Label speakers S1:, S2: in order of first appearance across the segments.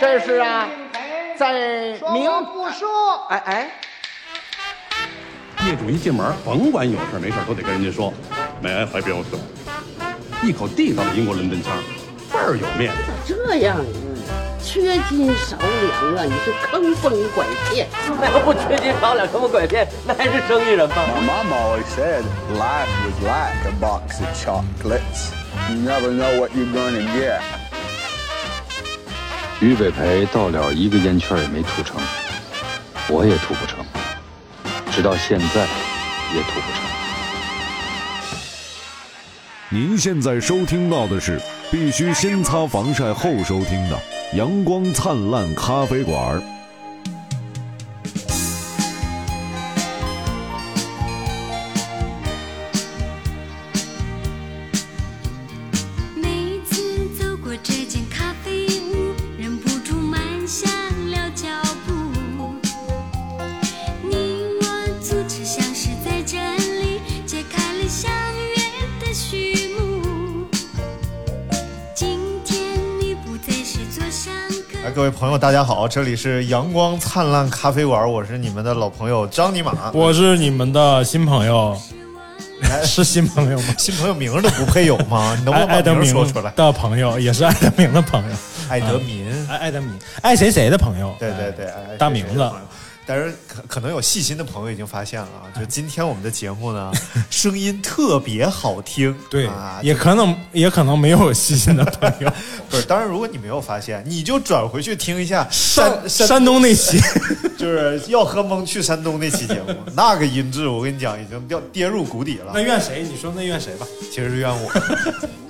S1: 这是啊，
S2: 哎
S1: 在
S2: 说
S1: 明
S2: 我不说，
S1: 哎哎，
S3: 业主一进门，甭管有事没事都得跟人家说，May I help you？一口地道的英国伦敦腔，倍儿有面。
S4: 这样啊，缺斤少两啊，你是坑蒙拐骗。
S5: 那要不缺斤少两，什么拐骗，那还是生意人吗？
S6: My mom always said life was like a box of chocolates. You never know what you're gonna get.
S7: 俞北培到了一个烟圈也没吐成，我也吐不成，直到现在也吐不成。
S8: 您现在收听到的是必须先擦防晒后收听的《阳光灿烂咖啡馆》。
S9: 每次走过这间咖啡屋，忍不住慢下了脚步。你我初次相识在这里，揭开了相约的序幕。今天你不再是座上客。
S10: 哎，各位朋友，大家好，这里是阳光灿烂咖啡馆，我是你们的老朋友张尼玛。哎
S11: 我是你们的新朋友，是新朋友吗？ 哎
S10: 新朋友名儿都不配有吗？你能不
S11: 爱
S10: 能
S11: 爱
S10: 把
S11: 德
S10: 名儿
S11: 明
S10: 说出来？
S11: 的朋友，也是爱德明的朋友，
S10: 艾德民，
S11: 爱爱德明，爱谁谁的朋友，
S10: 对对对，
S11: 嗯哎
S10: 哎
S11: 大名。
S10: 谁谁
S11: 字
S10: 是朋友但是可可能有细心的朋友已经发现了啊，
S11: 哎
S10: 就今天我们的节 目呢，声音特别好听，
S11: 对
S10: 啊，，
S11: 也
S10: 就
S11: 可能也可能没有细心的朋友。
S10: 不是。当然，如果你没有发现，你就转回去听一下
S11: 山
S10: 山
S11: 山东那期，
S10: 就是要喝蒙去山东那期节目，那个音质我跟你讲已经掉跌入谷底了。
S11: 那怨谁？你说那怨谁吧？
S10: 其实是怨我，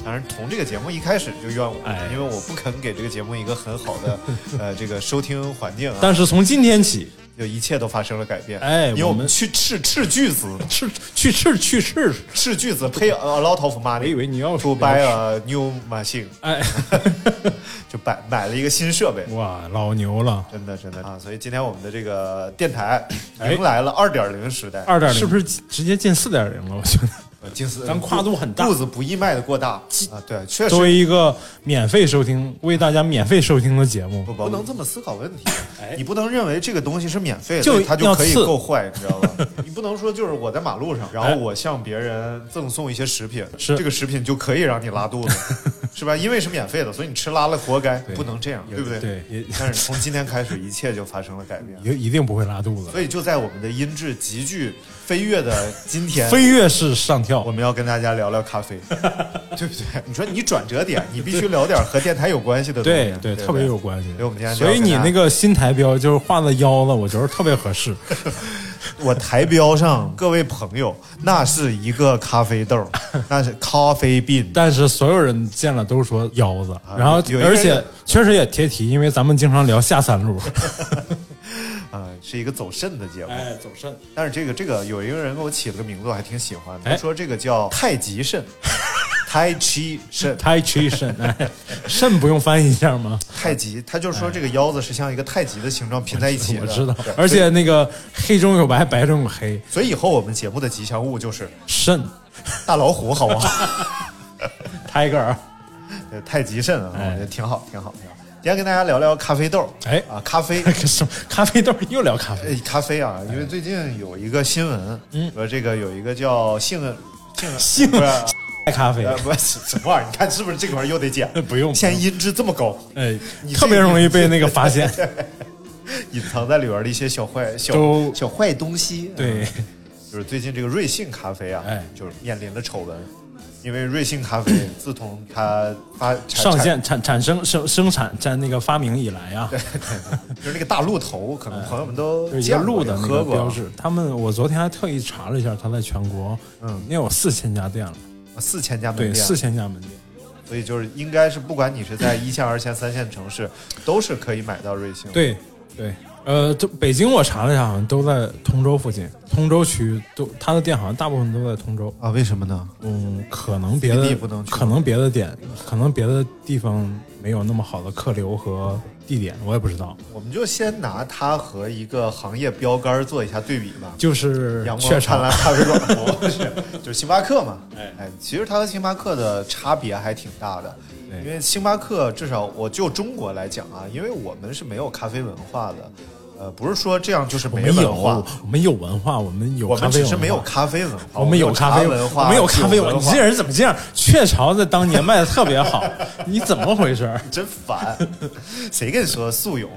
S10: 当然从这个节目一开始就怨我，
S11: 哎
S10: 因为我不肯给这个节目一个很好的呃这个收听环境啊，
S11: 但是从今天起，
S10: 就一切都发生了改变。
S11: 哎
S10: 因为我
S11: 我
S10: 们
S11: 们
S10: 去斥斥巨资，
S11: 去去斥去斥，
S10: 斥巨资 pay a lot of
S11: 我
S10: money，
S11: 以为你要
S10: to
S11: 说
S10: buy a new machine，
S11: 哎，
S10: 就买买了一个新设备。
S11: 哇，老牛了，
S10: 真的，真的啊！所以今天我们的这个电台
S11: 哎
S10: 迎来了二点零时代，呃
S11: 二点零
S10: 是
S11: 是
S10: 不
S11: 不是直接进四点零了？我觉得。
S10: 是？金丝，
S11: 咱跨度很大
S10: 步子不易迈的过大啊！对，确实
S11: 作为一个免费收听，为大家免费收听的节目，
S10: 不不能这么思考问题，你不能认为这个东西是免费的，
S11: 就
S10: 它就可以
S11: 哎要刺哎
S10: 够坏，你知道吧？ 你不能说就是我在马路上，然后我向别人赠送一些食品，
S11: 是
S10: 这个食品就可以让你拉肚 子，是吧？因为是免费的，所以你吃拉了活该，不能这样，对不对？
S11: 对也
S10: 但是从今天开始，一切就发生了改变。
S11: 一一定不会拉肚子。
S10: 所以就在我们的音质急剧飞跃的今天，
S11: 飞跃式上跳
S10: 我，们要跟大家聊聊 咖啡，对不对？你说你转折点，你必须聊点和电台有关系的东西，
S11: 对
S10: 对
S11: 对，
S10: 不对，
S11: 特别有关系
S10: 所以我们今天。就要
S11: 所以
S10: 跟
S11: 你
S10: 大家
S11: 那个新台标就是画的腰子，我觉得特别合 适。
S10: 我台标上各位朋友，那是一个咖 啡豆，那是咖啡 bean。
S11: 但是所有人见了都说腰子，然后
S10: 啊有一个人
S11: 而且确实也贴题，因为咱们经常聊下三 路。
S10: 啊、是一个走肾的节目。
S11: 哎，走肾，
S10: 但是这个这个有一个人给我起了个名字，我还挺喜欢的。
S11: 哎
S10: 他说这个叫太极肾， 太极肾，
S11: 太极肾，哎，肾不用翻译一下 吗？
S10: 太极。他就说这个腰子是像一个太极的形状拼在一起
S11: 哎
S10: 的。
S11: 我知道
S10: 对，
S11: 而且那个黑中有白，白中有黑，
S10: 所以以后我们节目的吉祥物就是
S11: 肾
S10: 大老虎，好 不好？
S11: ，tiger，
S10: 对太极肾啊，
S11: 哎
S10: 我觉得挺好，挺好，挺好。今天跟大家聊聊咖啡豆，
S11: 哎
S10: 啊，咖啡。
S11: 什么咖啡豆又聊咖啡。
S10: 哎，咖啡啊，因为最近有一个新闻，
S11: 嗯
S10: 说这个有一个叫性性
S11: 性
S10: 不是啊
S11: 爱咖啡，
S10: 呃不是什么玩意儿？你看是不是这块儿又得剪？
S11: 哎 不用
S10: 现在音质这么高，
S11: 哎
S10: 你，这
S11: 特别容易被那个发现。
S10: 隐藏在里边的一些小坏小
S11: 都
S10: 小坏东西。
S11: 对
S10: 嗯，就是最近这个瑞幸咖啡啊，
S11: 哎
S10: 就是面临了丑闻，因为瑞幸咖啡自从它发产
S11: 上
S10: 产
S11: 线产产生生生产在那个发明以来啊，
S10: 就是那个大鹿头，可能朋友们都
S11: 哎就是一个
S10: 见过
S11: 鹿的
S10: 也
S11: 那
S10: 喝
S11: 个
S10: 过
S11: 标志。他们，我昨天还特意查了一下，它在全国，
S10: 嗯
S11: 也有四千家店了，
S10: 啊四千家门
S11: 对，
S10: 店，
S11: 四千家门店。
S10: 所以就是应该是不管你是在一线、二线、三线城市，都是可以买到瑞幸。，
S11: 对对，呃，这北京我查了一下，好像都在通州附近，通州区都它的店好像大部分都在通州。
S10: 啊，为什么呢？
S11: 嗯，可能别
S10: 别地
S11: 的
S10: 不能去
S11: 可能别的点，可能别的地方没有那么好的客流和地点，我也不知道。
S10: 我们就先拿它和一个行业标杆做一下对比吧。
S11: 就是啊
S10: 阳
S11: 雀
S10: 光灿
S11: 巢
S10: 烂咖啡馆， 哎不是，就是星巴克嘛。哎，其实它和星巴克的差别还挺大的。
S11: 对
S10: 因为星巴克至少我就中国来讲啊，因为我们是没有咖啡文化的，呃，不是说这样就是
S11: 我
S10: 没
S11: 们有
S10: 文化，
S11: 我们有文化，我们有
S10: 我
S11: 咖
S10: 们
S11: 啡
S10: 只
S11: 文
S10: 是
S11: 化，
S10: 没有咖啡文化，
S11: 我们有
S10: 茶
S11: 咖啡
S10: 文化，
S11: 我们有咖啡
S10: 酒
S11: 文
S10: 文
S11: 化。你这人怎么这样？雀巢在当年卖的特别好，你怎么回事儿？
S10: 真烦，谁跟你说速溶？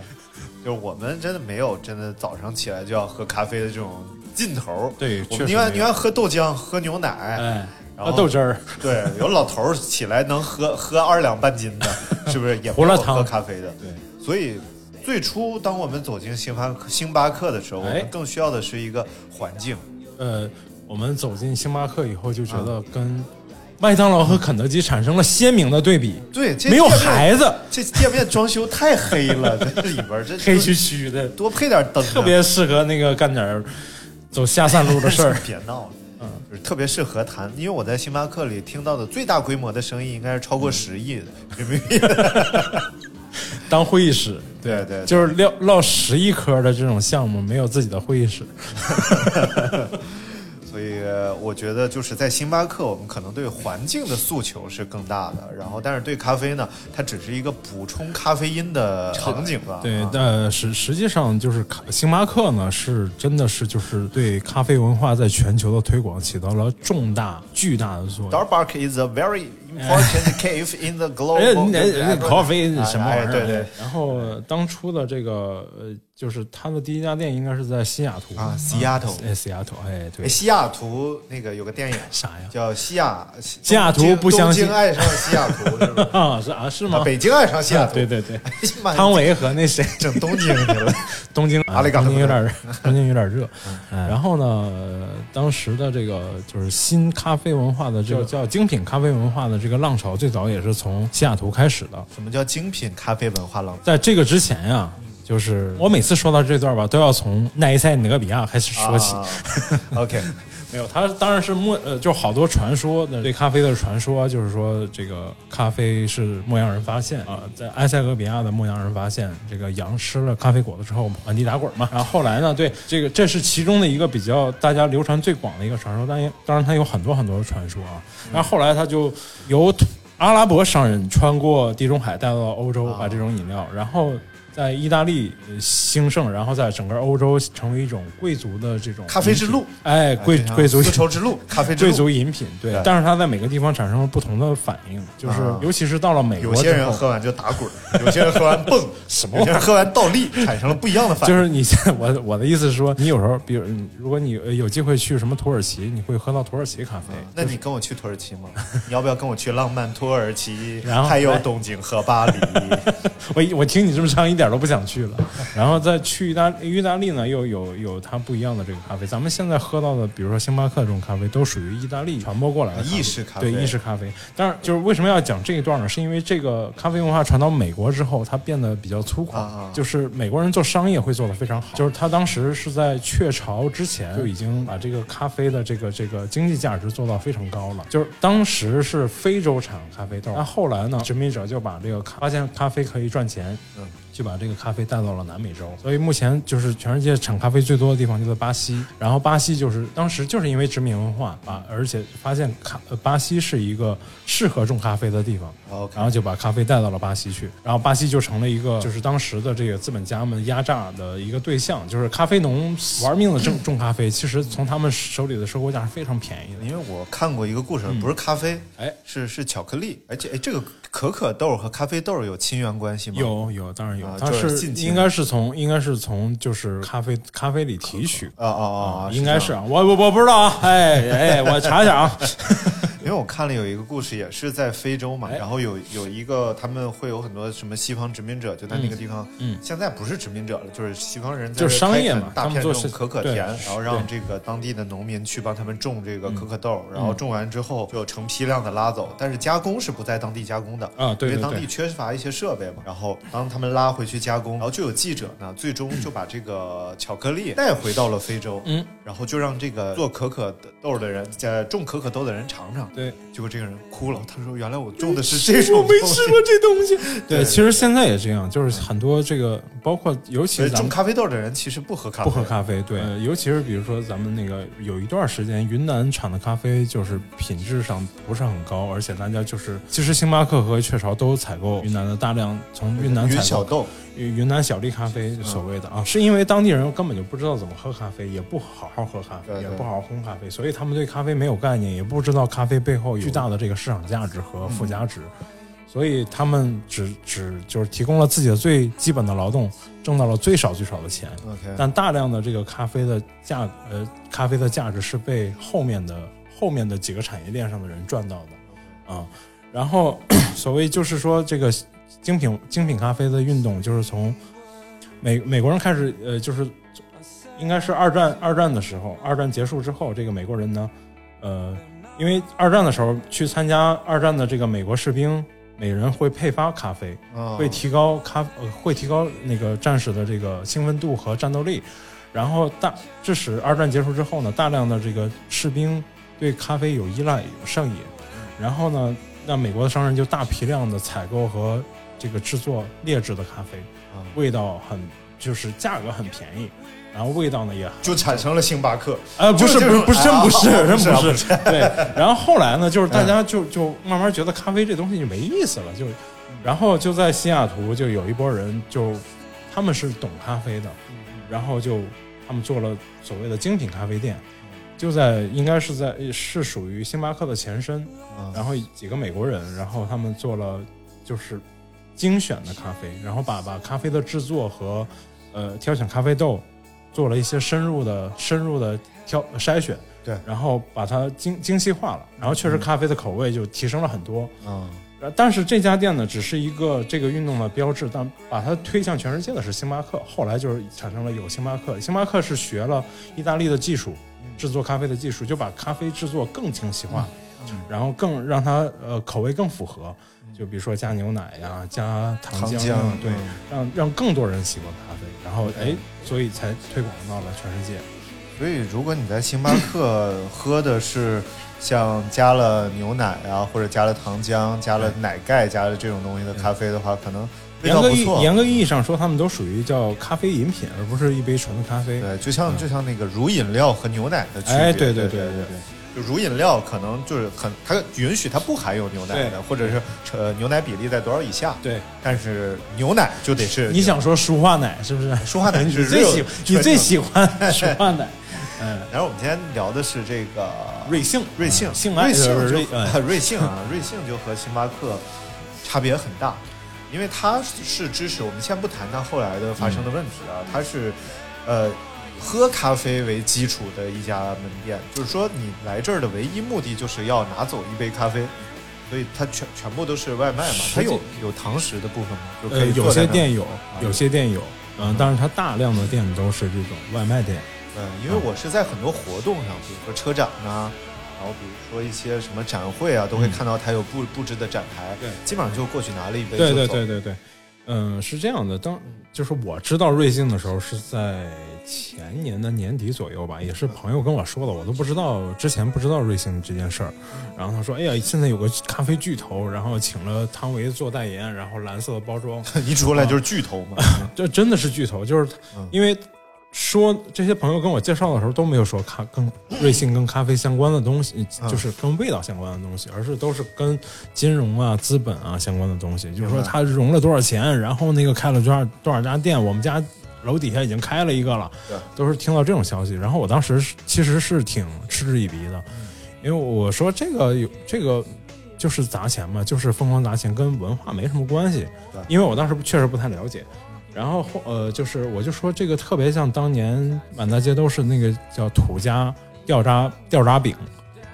S10: 就是我们真的没有真的早上起来就要喝咖啡的这种劲头儿，
S11: 对确
S10: 我
S11: 实
S10: 们宁愿
S11: 没有
S10: 宁愿喝豆浆、喝牛奶，
S11: 哎，
S10: 然
S11: 喝
S10: 后
S11: 豆汁儿，
S10: 对，有老头儿起来能喝喝二两半斤的，是不是也不
S11: 胡辣
S10: 有
S11: 汤
S10: 喝咖啡的？对，所以最初当我们走进星巴克星巴克的时候，我
S11: 哎
S10: 们更需要的是一个环境。
S11: 呃，我们走进星巴克以后就
S10: 嗯
S11: 觉得跟麦当劳和肯德基产生了鲜明的对比，
S10: 对，这
S11: 没有
S10: 店面
S11: 孩子，
S10: 这店面装修太黑了， 这里边儿这
S11: 黑黢黢的，
S10: 多配点灯啊，。
S11: 特别适合那个干点儿走下三路的事儿
S10: 别闹了。嗯，就是特别适合谈，因为我在星巴克里听到的最大规模的生意应该是
S11: 嗯
S10: 超过十亿人民 币。
S11: 当会议室，
S10: 对对对
S11: 就是撂落十一科的这种项目，没有自己的会议室，
S10: 所以呃我觉得就是在星巴克，我们可能对环境的诉求是更大的，然后但是对咖啡呢，它只是一个补充咖啡因的场景吧。
S11: 对
S10: 啊，
S11: 但实实际上就是咖星巴克呢，是真的是就是对咖啡文化在全球的推广起到了重大巨大的作用。
S10: Starbucks is a very important cave in the
S11: 哎，
S10: global
S11: 你哎
S10: demographic
S11: 咖啡什么玩意
S10: 哎
S11: 儿？
S10: 对对。
S11: 然后当初的这个呃，就是他的第一家店应该是在西雅图
S10: 啊，Seattle
S11: 哎，西雅图，哎，对
S10: 哎，，西雅图那个有个电影
S11: 啥呀
S10: 叫《西雅
S11: 西雅图不相信
S10: 东京爱上西雅图》，是不是？
S11: 啊，是啊， 是
S10: 啊
S11: 吗？
S10: 北京爱上 西雅 图，
S11: 对对对
S10: 哎呀妈呀，
S11: 汤唯和那谁
S10: 整东京去了。
S11: 东京，
S10: 阿里嘎多
S11: 东京有点儿，东京有点儿 热。
S10: 嗯
S11: 哎然后呢，呃当时的这个就是新咖啡文化的这个叫精品咖啡文化的这个浪潮，最早也是从西雅图开始的。
S10: 什么叫精品咖啡文化浪？
S11: 在这个之前呀、就是我每次说到这段吧，都要从奈塞德比亚开始说起。
S10: 啊 OK，
S11: 没有，它当然是莫呃，就好多传说的对咖啡的传说，啊就是说这个咖啡是牧羊人发现啊、在埃塞俄比亚的牧羊人发现这个羊吃了咖啡果子之后满地打滚嘛。然后后来呢，对这个这是其中的一个比较大家流传最广的一个传说，但也当然它有很多很多的传说啊。然后后来它就由阿拉伯商人穿过地中海带到欧洲，
S10: 啊
S11: 把这种饮料，然后。在意大利呃兴盛，然后在整个欧洲成为一种贵族的这种
S10: 咖啡之路
S11: 饮品哎，贵
S10: 这样
S11: 贵族
S10: 丝绸之路，咖啡之
S11: 贵
S10: 路。
S11: 族饮品，对
S10: 啊对，
S11: 但是它在每个地方产生了不同的反应，就是
S10: 啊
S11: 尤其是到了美
S10: 有
S11: 国之
S10: 些人喝
S11: 后，
S10: 完就打滚，有些人喝完 蹦，什么？有些人喝完倒立，产生了不一样的反
S11: 就
S10: 应。
S11: 是你 我我的意思是说，你有时候，比如你如果你呃有机会去什么土耳其，你会喝到土耳其咖啡，
S10: 那你跟我去土耳其吗？你要不要跟我去浪漫土耳其？
S11: 然后
S10: 还有东京和巴黎。
S11: 我一我听你这么唱，一点都不想去了。然后再去意大意大利呢，又有有它不一样的这个咖啡。咱们现在喝到的，比如说星巴克这种咖啡，都属于意大利传播过来的啡
S10: 啊意式咖啡
S11: 对意式咖啡。但是就是为什么要讲这一段呢？是因为这个咖啡文化传到美国之后，它变得比较粗犷，
S10: 啊
S11: 就是美国人做商业会做得非常好。就是他当时是在雀巢之前就已经把这个咖啡的这个这个经济价值做到非常高了。就是当时是非洲产咖啡豆，那后来呢，殖民者就把这个咖发现咖啡可以赚钱，嗯，就把这个咖啡带到了南美洲。所以目前就是全世界产咖啡最多的地方就在巴西。然后巴西就是当时就是因为殖民文化把，而且发现咖呃巴西是一个适合种咖啡的地方。
S10: OK
S11: 然后就把咖啡带到了巴西去，然后巴西就成了一个就是当时的这个资本家们压榨的一个对象，就是咖啡农玩命的种种咖啡，其实从他们手里的收购价是非常便宜的。
S10: 因为我看过一个故事，不是咖啡，
S11: 哎
S10: 是是巧克力，而且哎，这个可可豆和咖啡豆有亲缘关系吗？
S11: 有有，当然有
S10: 啊，
S11: 它
S10: 就是
S11: 是
S10: 近期
S11: 应该是从应该是从就是咖啡咖啡里提取，
S10: 啊啊啊啊！
S11: 应该是啊，我我我不知道啊，哎哎，我查一下啊，
S10: 因为我看了有一个故事，也是在非洲
S11: 哎
S10: 嘛，然后有有一个他们会有很多什么西方殖民者，就在那个地方，嗯，现在不是殖民者了，就是西方人在
S11: 就是商业嘛
S10: 开垦大
S11: 他
S10: 片
S11: 们做
S10: 这种
S11: 事
S10: 可可
S11: 对嗯
S10: 田，然后让这个当地的农民去帮他们种这个可可豆，然后种完之后就成批量的拉走，但是加工是不在当地加工的
S11: 啊对对
S10: 因为当地
S11: 对
S10: 缺乏一些设备嘛，然后当他们拉回去加工，然后就有记者呢，最终就把这个巧克力带回到了非洲，
S11: 嗯，
S10: 然后就让这个做可可豆的人，在种可可豆的人尝尝，
S11: 对，
S10: 结果这个人哭了，他说原来我种的 是这 种，没吃
S11: 过这东西。对，
S10: 对
S11: 其实现在也这样，就是很多这个，包括尤其
S10: 所
S11: 是
S10: 以
S11: 咱
S10: 种
S11: 们
S10: 咖啡豆的人其实不喝咖啡，
S11: 不喝咖啡，对、呃尤其是比如说咱们那个有一段时间，云南产的咖啡就是品质上不是很高，而且大家就是其实星巴克和雀巢都采购云南的大量从云南
S10: 云
S11: 采
S10: 小
S11: 购
S10: 豆，
S11: 云南小粒咖啡所谓的啊，是因为当地人根本就不知道怎么喝咖啡，也不好好喝咖
S10: 对
S11: 啡，也
S10: 对
S11: 不好好烘咖啡，所以他们对咖啡没有概念，也不知道咖啡背后有巨大的这个市场价值
S10: 嗯
S11: 和附加值，所以他们只只就是提供了自己的最基本的劳动，挣到了最少最少的钱。
S10: OK，
S11: 但大量的这个咖啡的价呃，咖啡的价值是被后面的后面的几个产业链上的人赚到的啊。然后 所谓就是说这个精品精品咖啡的运动，就是从美美国人开始呃，就是应该是二战二战的时候，二战结束之后，这个美国人呢，呃，因为二战的时候去参加二战的这个美国士兵，每人会配发咖啡。
S10: 嗯
S11: 会提高咖呃会提高那个战士的这个兴奋度和战斗力。然后大致使二战结束之后呢，大量的这个士兵对咖啡有依赖有上瘾，然后呢，那美国的商人就大批量的采购和这个制作劣质的咖啡，
S10: 嗯
S11: 味道很就是价格很便宜，然后味道呢也
S10: 就产生了星巴克，
S11: 呃，不是，
S10: 就
S11: 不是，不是，真不是，
S10: 啊
S11: 真
S10: 不是 啊嗯
S11: 不是。对，然后后来呢，就是大家就就慢慢觉得咖啡这东西就没意思了，就，然后就在西雅图就有一波人就，他们是懂咖啡的，
S10: 嗯
S11: 然后就他们做了所谓的精品咖啡店，
S10: 嗯
S11: 就在应该是在是属于星巴克的前身，
S10: 嗯
S11: 然后几个美国人，然后他们做了就是精选的咖啡，然后把把咖啡的制作和呃挑选咖啡豆做了一些深入的深入的挑筛选，
S10: 对
S11: 然后把它精精细化了，然后确实咖啡的口味就提升了很多。
S10: 嗯，
S11: 然呃但是这家店呢，只是一个这个运动的标志，但把它推向全世界的是星巴克。后来就是产生了有星巴克，星巴克是学了意大利的技术，制作咖啡的技术，就把咖啡制作更精细化，
S10: 嗯
S11: 然后更让它呃口味更符合。就比如说加牛奶呀、加糖
S10: 糖
S11: 浆
S10: 浆嗯
S11: 啊，对，让让更多人喜欢咖啡，然后哎，所以才推广到了全世界。
S10: 所以如果你在星巴克喝的是像加了牛奶啊，或者加了糖浆、加了奶盖、加了这种东西的咖啡的话，可能味
S11: 严
S10: 道
S11: 格
S10: 不
S11: 意
S10: 错。
S11: 严格意义上说，他们都属于叫咖啡饮品，而不是一杯纯的咖啡。
S10: 对，就像就像那个乳饮料和牛奶的区别。
S11: 哎
S10: 对
S11: 对对
S10: 对
S11: 对对
S10: 就乳饮料可能就是很，它允许它不含有牛奶的，
S11: 对
S10: 或者是呃牛奶比例在多少以下。
S11: 对，
S10: 但是牛奶就得是
S11: 你想说舒化奶是不是？
S10: 舒 化奶
S11: 你
S10: 是
S11: 最喜
S10: 热
S11: 你最喜欢 舒化奶，嗯，
S10: 然后我们今天聊的是这个
S11: 瑞幸
S10: 瑞幸，
S11: 嗯性爱
S10: 瑞幸
S11: 呃
S10: 就
S11: 瑞嗯
S10: 瑞幸啊，瑞幸就和星巴克差别很大，因为它是支持我们先不谈它后来的发
S11: 嗯
S10: 生的问题啊，它是呃以喝咖啡为基础的一家门店，就是说你来这儿的唯一目的就是要拿走一杯咖啡。所以它全全部都是外卖嘛，
S11: 实
S10: 它
S11: 际
S10: 有有堂食的部分吗？就 可
S11: 呃，
S10: 以
S11: 有
S10: 坐
S11: 些
S10: 在那儿啊
S11: 店有，有些店有，嗯，但是它大量的店都是这种外卖店，
S10: 嗯，因为我是在很多活动上，比如说车展呐、然后比如说一些什么展会啊，都会看到它有布布置的展台，
S11: 对
S10: 基本上就过去拿了一杯
S11: 对
S10: 就
S11: 对
S10: 走。
S11: 对对对，嗯，是这样的，当就是我知道瑞幸的时候是在前年的年底左右吧，也是
S10: 嗯
S11: 朋友跟我说的，我都不知道之前不知道瑞幸这件事儿。
S10: 嗯
S11: 然后他说，哎呀，现在有个咖啡巨头，然后请了汤唯做代言，然后蓝色的包 装，
S10: 一出来就是巨头
S11: 啊
S10: 嘛，
S11: 这真的是巨头，就是因为说这些朋友跟我介绍的时候都没有说咖跟瑞幸跟咖啡相关的东西，就是跟味道相关的东西，而是都是跟金融啊、资本啊相关的东西。就是说他融了多少钱，然后那个开了多少多少家店，我们家楼底下已经开了一个了，都是听到这种消息。然后我当时是其实是挺嗤之以鼻的，因为我说这个有这个。就是砸钱嘛，就是疯狂砸钱，跟文化没什么关系。因为我当时确实不太了解。然后后呃，就是我就说这个特别像当年满大街都是那个叫土家掉渣掉渣饼，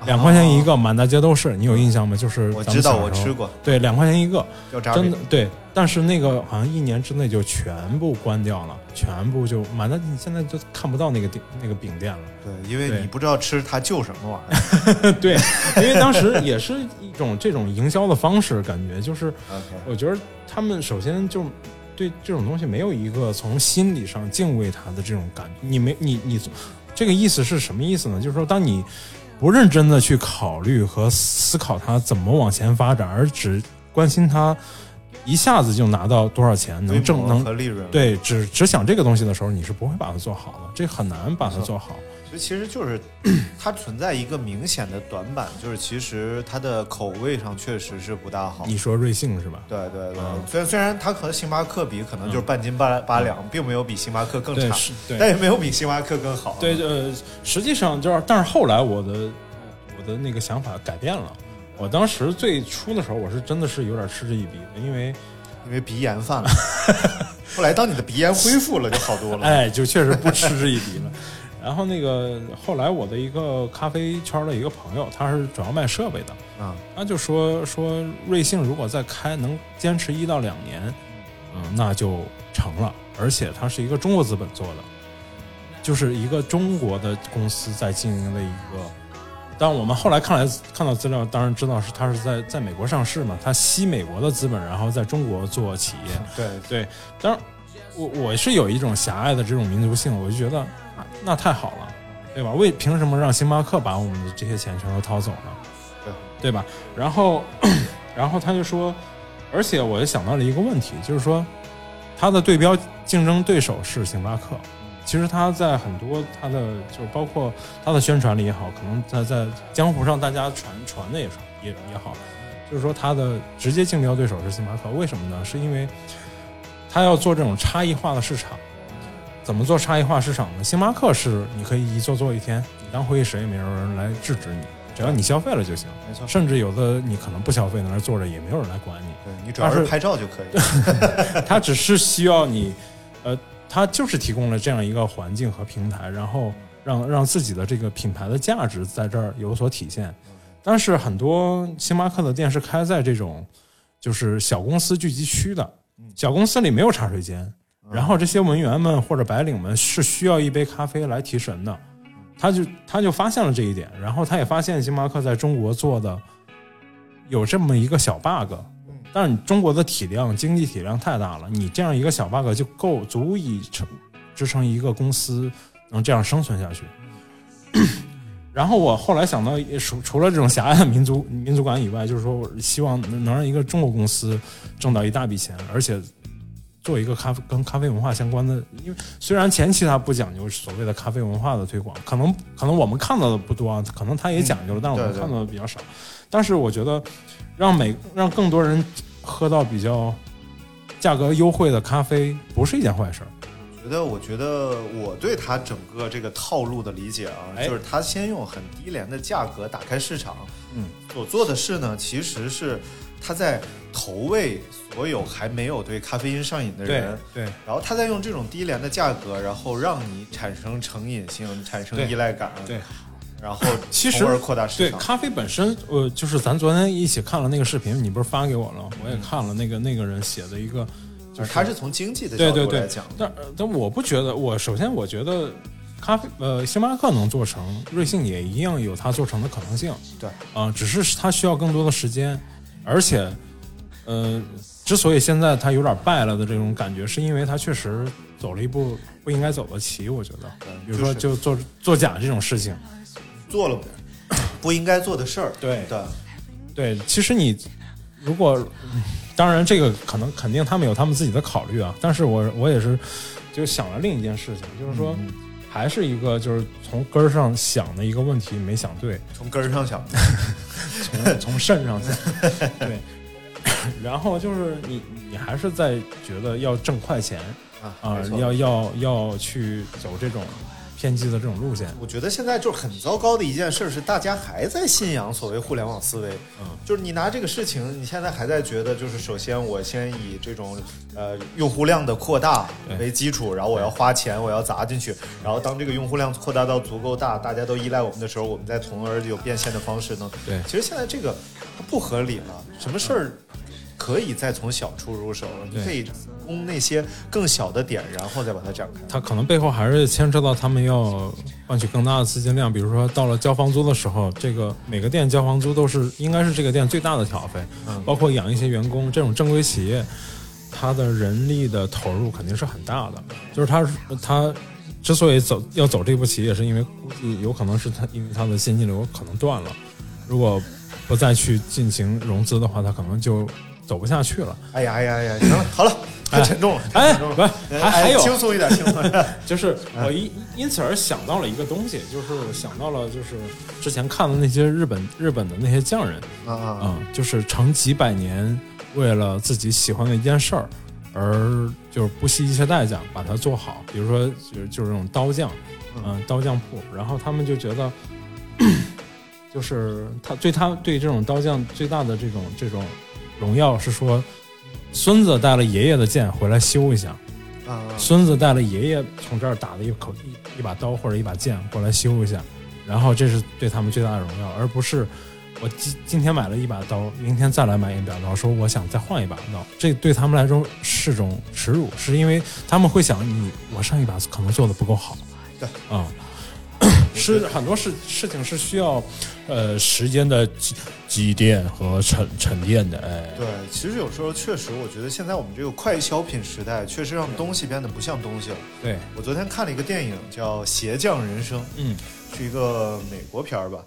S11: 两块钱一个，满大街都是，你有印象吗？就是
S10: 啊我
S11: 咱
S10: 知
S11: 们
S10: 道
S11: 小
S10: 我
S11: 时候
S10: 吃过
S11: 对，两块钱一个，
S10: 叫炸
S11: 真
S10: 饼
S11: 的。对，但是那个好像一年之内就全部关掉了，全部就满大，你现在就看不到那个店那个饼店了。
S10: 对，因为
S11: 对
S10: 你不知道吃它就什么玩意儿。
S11: 对，因为当时也是一种这种营销的方式，感觉就是，
S10: OK
S11: 我觉得他们首先就对这种东西没有一个从心理上敬畏它的这种感觉。你没你你，这个意思是什么意思呢？就是说，当你不认真的去考虑和思考它怎么往前发展，而只关心它一下子就拿到多少钱，能
S10: 规
S11: 挣
S10: 模
S11: 能
S10: 和利润
S11: 对，只只想这个东西的时候，你是不会把它做好的，这很难把它做好。
S10: 所以其实就是它存在一个明显的短板，就是其实它的口味上确实是不大好。
S11: 你说瑞幸是吧？
S10: 对对对，
S11: 嗯
S10: 虽然虽然它和星巴克比，可能就是半斤八八两，并没有比星巴克更
S11: 对
S10: 差
S11: 是，对
S10: 但也没有比星巴克更好。啊
S11: 对，呃，实际上就是，但是后来我的我的那个想法改变了。我当时最初的时候，我是真的是有点嗤之以鼻的，因为
S10: 因为鼻炎 犯了。后来当你的鼻炎恢复了，就好多了。
S11: 哎，就确实不嗤之以鼻了。然后那个后来我的一个咖啡圈的一个朋友，他是主要卖设备的，
S10: 啊，
S11: 他就说说瑞幸如果再开能坚持一到两年，嗯，那就成了。而且它是一个中国资本做的，就是一个中国的公司在经营的一个。但我们后来看来看到资料，当然知道是它是在在美国上市嘛，它吸美国的资本，然后在中国做企业。
S10: 对，
S11: 对，当然我我是有一种狭隘的这种民族性，我就觉得啊那太好了，对吧？为凭什么让星巴克把我们的这些钱全都掏走呢？对吧？然后 然后他就说，而且我就想到了一个问题，就是说他的对标竞争对手是星巴克。其实他在很多他的就是包括他的宣传里也好，可能在在江湖上大家传传的也是也也好，就是说他的直接竞标对手是星巴克，为什么呢？是因为他要做这种差异化的市场。怎么做差异化市场呢？星巴克是你可以一做做一天，你当回忆室也没有人来制止你，只要你消费了就行。
S10: 没错
S11: 甚至有的你可能不消费，在那儿坐着也没有人来管你。
S10: 对你主要是
S11: 但是
S10: 拍照就可以了。
S11: 它只是需要你，呃，它就是提供了这样一个环境和平台，然后让让自己的这个品牌的价值在这儿有所体现。但是很多星巴克的店是开在这种就是小公司聚集区的，小公司里没有茶水间，然后这些文员们或者白领们是需要一杯咖啡来提神的。他就他就发现了这一点，然后他也发现星巴克在中国做的有这么一个小 bug，但是你中国的体量、经济体量太大了，你这样一个小 bug 就够足以撑支撑一个公司能这样生存下去。 然后我后来想到，也除除了这种狭隘的民族 民族感以外，就是说我希望能能让一个中国公司挣到一大笔钱，而且做一个咖啡跟咖啡文化相关的，因为虽然前期它不讲究所谓的咖啡文化的推广，可能可能我们看到的不多啊，可能它也讲究了，但是我们
S10: 对对
S11: 看到的比较少。但是我觉得让每让更多人喝到比较价格优惠的咖啡，不是一件坏事儿。
S10: 觉得我觉得我对它整个这个套路的理解啊，
S11: 哎
S10: 就是它先用很低廉的价格打开市场，
S11: 嗯，
S10: 所做的事呢，其实是它在投喂所有还没有对咖啡因上瘾的人，
S11: 对
S10: 然后他再用这种低廉的价格，然后让你产生成瘾性、产生
S11: 对
S10: 依赖感，
S11: 对，
S10: 然后
S11: 其实
S10: 从而扩大市
S11: 对
S10: 场。
S11: 咖啡本身，呃，就是咱昨天一起看了那个视频，你不是发给我了，
S10: 嗯
S11: 我也看了那个那个人写的一个，
S10: 就是他是从经济的角
S11: 对对
S10: 度来
S11: 对
S10: 讲，的，
S11: 但呃但我不觉得，我首先我觉得咖啡呃星巴克能做成，瑞幸也一样有它做成的可能性
S10: 对，
S11: 啊、只是它需要更多的时间，而且呃，之所以现在它有点败了的这种感觉，是因为它确实走了一步不应该走的棋，我觉得，比如说
S10: 就
S11: 就做做假这种事情。
S10: 做了不应该做的事儿，
S11: 对
S10: 对，
S11: 对，其实你如果，嗯当然这个可能肯定他们有他们自己的考虑啊，但是我我也是就想了另一件事情，就是说。还是一个就是从根儿上想的一个问题没想对，
S10: 从根儿上想，
S11: 从 从肾上想，对，然后就是你你还是在觉得要挣快钱
S10: 啊
S11: 啊
S10: 没，错
S11: 要要要去走这种偏激的这种路线，
S10: 我觉得现在就是很糟糕的一件事是，大家还在信仰所谓互联网思维。嗯，就是你拿这个事情，你现在还在觉得，就是首先我先以这种呃用户量的扩大为基础，然后我要花钱，我要砸进去，然后当这个用户量扩大到足够大，大家都依赖我们的时候，我们再从而有变现的方式呢？
S11: 对
S10: 其实现在这个它不合理了，什么事儿？可以再从小处入手，你
S11: 对
S10: 可以攻那些更小的点，然后再把它展开。
S11: 他可能背后还是牵扯到他们要换取更大的资金量，比如说到了交房租的时候，这个每个店交房租都是应该是这个店最大的挑费，包括养一些员工，这种正规企业，它的人力的投入肯定是很大的，就是它它之所以走要走这步棋，也是因为估计有可能是他因为他的现金流可能断了，如果不再去进行融资的话，他可能就走不下去了。
S10: 哎呀哎呀哎呀，行了，好了，太沉重了，太
S11: 哎
S10: 沉重了，
S11: 不是
S10: 哎
S11: 还还有
S10: 轻松一点，轻松一 点。
S11: 就是我因因此而想到了一个东西，就是想到了就是之前看的那些日本日本的那些匠人，
S10: 啊啊，
S11: 啊、就是成几百年为了自己喜欢的一件事儿，而就是不惜一切代价把它做好。比如说，就是就是这种刀匠，嗯、刀匠铺，然后他们就觉得， 就是他对他对这种刀匠最大的这种这种荣耀是说，孙子带了爷爷的剑回来修一下，
S10: 啊啊
S11: 孙子带了爷爷从这儿打的一口一一把刀或者一把剑过来修一下，然后这是对他们最大的荣耀，而不是我今今天买了一把刀，明天再来买一把刀，说我想再换一把刀，这对他们来说是种耻辱，是因为他们会想你我上一把可能做的不够好，
S10: 对啊
S11: 啊、是很多事事情是需要，呃，时间的积积淀和沉沉淀的，哎，
S10: 对，其实有时候确实，我觉得现在我们这个快消品时代，确实让东西变得不像东西了。
S11: 对，
S10: 我昨天看了一个电影叫《鞋匠人生》，
S11: 嗯，
S10: 是一个美国片儿吧。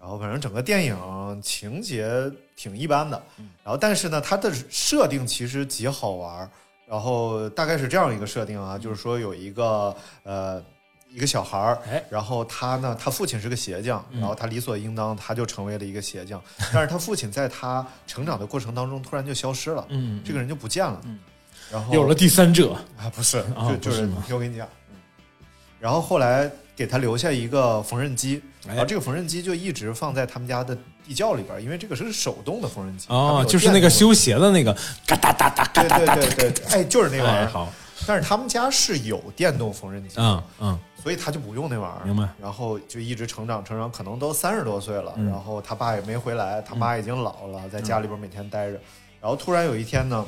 S10: 然后反正整个电影情节挺一般的，
S11: 嗯
S10: 然后但是呢，它的设定其实极好玩儿。然后大概是这样一个设定啊，
S11: 嗯
S10: 就是说有一个呃一个小孩儿
S11: 哎，嗯
S10: 然后他呢，他父亲是个鞋匠，然后他理所应当他就成为了一个鞋匠，但是他父亲在他成长的过程当中突然就消失了，
S11: 嗯，
S10: 这个人就不见了，然后
S11: 有了第三者，
S10: 啊，不是，
S11: 啊
S10: 就
S11: 不
S10: 就
S11: 是
S10: 是
S11: 吗
S10: 听我跟你讲，然后后来给他留下一个缝纫机，
S11: 哎
S10: 然后这个缝纫机就一直放在他们家的地窖里边儿，因为这个是手动的缝纫机他们
S11: 哦，
S10: 有
S11: 就是那个
S10: 电动
S11: 修鞋的那个，嘎哒哒哒嘎
S10: 的，
S11: 哒
S10: 对
S11: 哒，
S10: 对对对，哎，就是那玩意
S11: 哎，
S10: 儿。
S11: 好，
S10: 但是他们家是有电动缝纫机，
S11: 嗯嗯，
S10: 所以他就不用那玩意儿，
S11: 明白
S10: 然后就一直成长成长，可能都三十多岁了，
S11: 嗯
S10: 然后他爸也没回来，他妈已经老了，在家里边每天待着，然后突然有一天呢，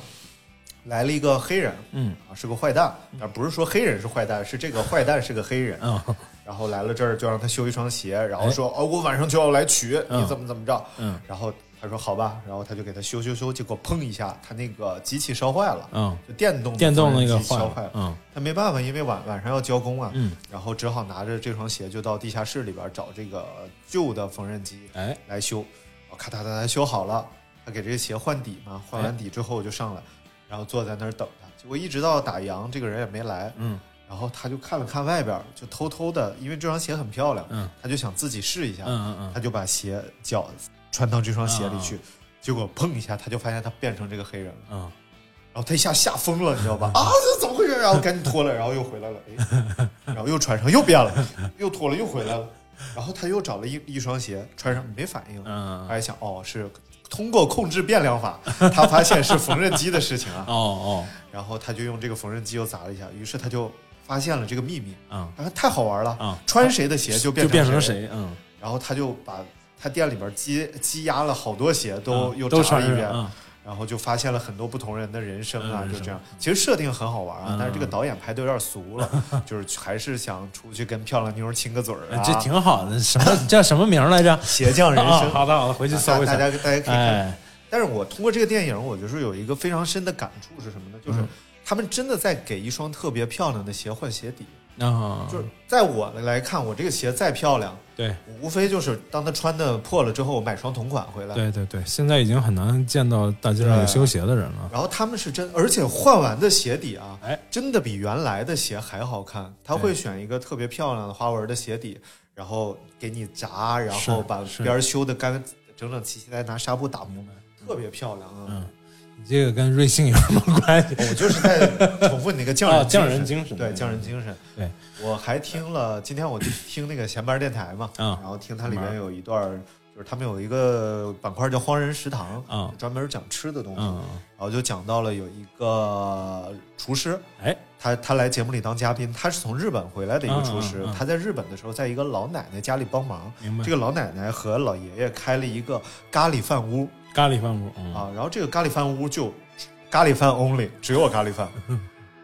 S10: 来了一个黑人，
S11: 嗯
S10: 啊，是个坏蛋，但不是说黑人是坏蛋，是这个坏蛋是个黑人，
S11: 嗯
S10: 然后来了这儿就让他修一双鞋，然后说哦，我晚上就要来取，
S11: 哎嗯
S10: 你怎么怎么着，
S11: 嗯
S10: 然后他说好吧，然后他就给他修修修，结果砰一下，他那个机器烧坏了，
S11: 嗯，
S10: 就电动的
S11: 电动那个
S10: 缝纫机
S11: 坏
S10: 烧
S11: 了
S10: 坏了，
S11: 嗯
S10: 他没办法，因为晚晚上要交工啊，
S11: 嗯，
S10: 然后只好拿着这双鞋就到地下室里边找这个旧的缝纫机
S11: 哎，
S10: 来修，我咔嗒嗒嗒修好了，他给这个鞋换底嘛，
S11: 哎
S10: 换完底之后我就上来，然后坐在那儿等他，结果一直到打烊，这个人也没来，
S11: 嗯，
S10: 然后他就看了看外边，就偷偷的，因为这双鞋很漂亮，
S11: 嗯，
S10: 他就想自己试一下，
S11: 嗯嗯啊
S10: 他就把鞋脚穿到这双鞋里去，结果砰一下，他就发现他变成这个黑人了。
S11: 嗯
S10: 然后他一下吓疯了，你知道 吧？啊，这怎么回事？然后赶紧脱了，然后又回来了，哎，然后又穿上，又变了，又脱了，又回来了。然后他又找了一一双鞋穿上，没反应。
S11: 嗯
S10: 他还想，哦，是通过控制变量法，他发现是缝纫机的事情啊。
S11: 哦
S10: 然后他就用这个缝纫机又砸了一下，于是他就发现了这个秘密。
S11: 哦，嗯，
S10: 啊，太好玩了！
S11: 啊
S10: 穿谁的鞋就变
S11: 就变
S10: 成
S11: 成。谁？嗯，
S10: 然后他就把他店里边积积压了好多鞋都
S11: 嗯
S10: 又
S11: 都
S10: 查
S11: 穿
S10: 了一遍，
S11: 嗯
S10: 然后就发现了很多不同人的人生啊，
S11: 嗯人
S10: 就
S11: 生
S10: 这样。其实设定很好玩啊
S11: 嗯，
S10: 但是这个导演拍的有点俗了，就是还是想出去跟漂亮妞儿亲个嘴儿
S11: 哎
S10: 啊。
S11: 这挺好的，什么叫什么名儿来 着？
S10: 鞋匠人
S11: 啊
S10: 生。
S11: 好的好的，回去搜一
S10: 大
S11: 下。
S10: 家大家可以看。
S11: 哎，
S10: 但是我通过这个电影，我就是有一个非常深的感触是什么呢？就是
S11: 嗯
S10: 他们真的在给一双特别漂亮的鞋换鞋底。
S11: 啊，
S10: 就是在我来看，我这个鞋再漂亮，
S11: 对
S10: 无非就是当它穿的破了之后，我买双同款回来。
S11: 对对对，现在已经很难见到大街
S10: 啊
S11: 上有修鞋的人了。
S10: 然后他们是真，而且换完的鞋底啊，
S11: 哎
S10: 真的比原来的鞋还好看。他会选一个特别漂亮的花纹的鞋底，然后给你扎，然后
S11: 是
S10: 把
S11: 是
S10: 边儿修的干整整齐齐，再拿纱布打磨，特别漂亮啊！哦
S11: 嗯你这个跟瑞幸有什么关系？
S10: 我就是在重复你那个匠人
S11: 啊匠人
S10: 精
S11: 精神
S10: 对
S11: 嗯
S10: 匠人精神。
S11: 对，
S10: 我还听了，今天我就听那个闲班电台嘛，
S11: 啊
S10: 然后听它里面有一段儿，就是他们有一个板块叫“荒人食堂”，
S11: 啊
S10: 专门讲吃的东西，
S11: 嗯，
S10: 然后就讲到了有一个厨师，
S11: 哎，
S10: 他他来节目里当嘉宾，他是从日本回来的一个厨师
S11: 嗯嗯嗯，
S10: 他在日本的时候，在一个老奶奶家里帮忙，
S11: 明白
S10: 这个老奶奶和老爷爷开了一个咖喱饭屋，
S11: 咖喱饭屋，嗯
S10: 啊，然后这个咖喱饭屋就咖 喱饭 only，只有咖喱饭，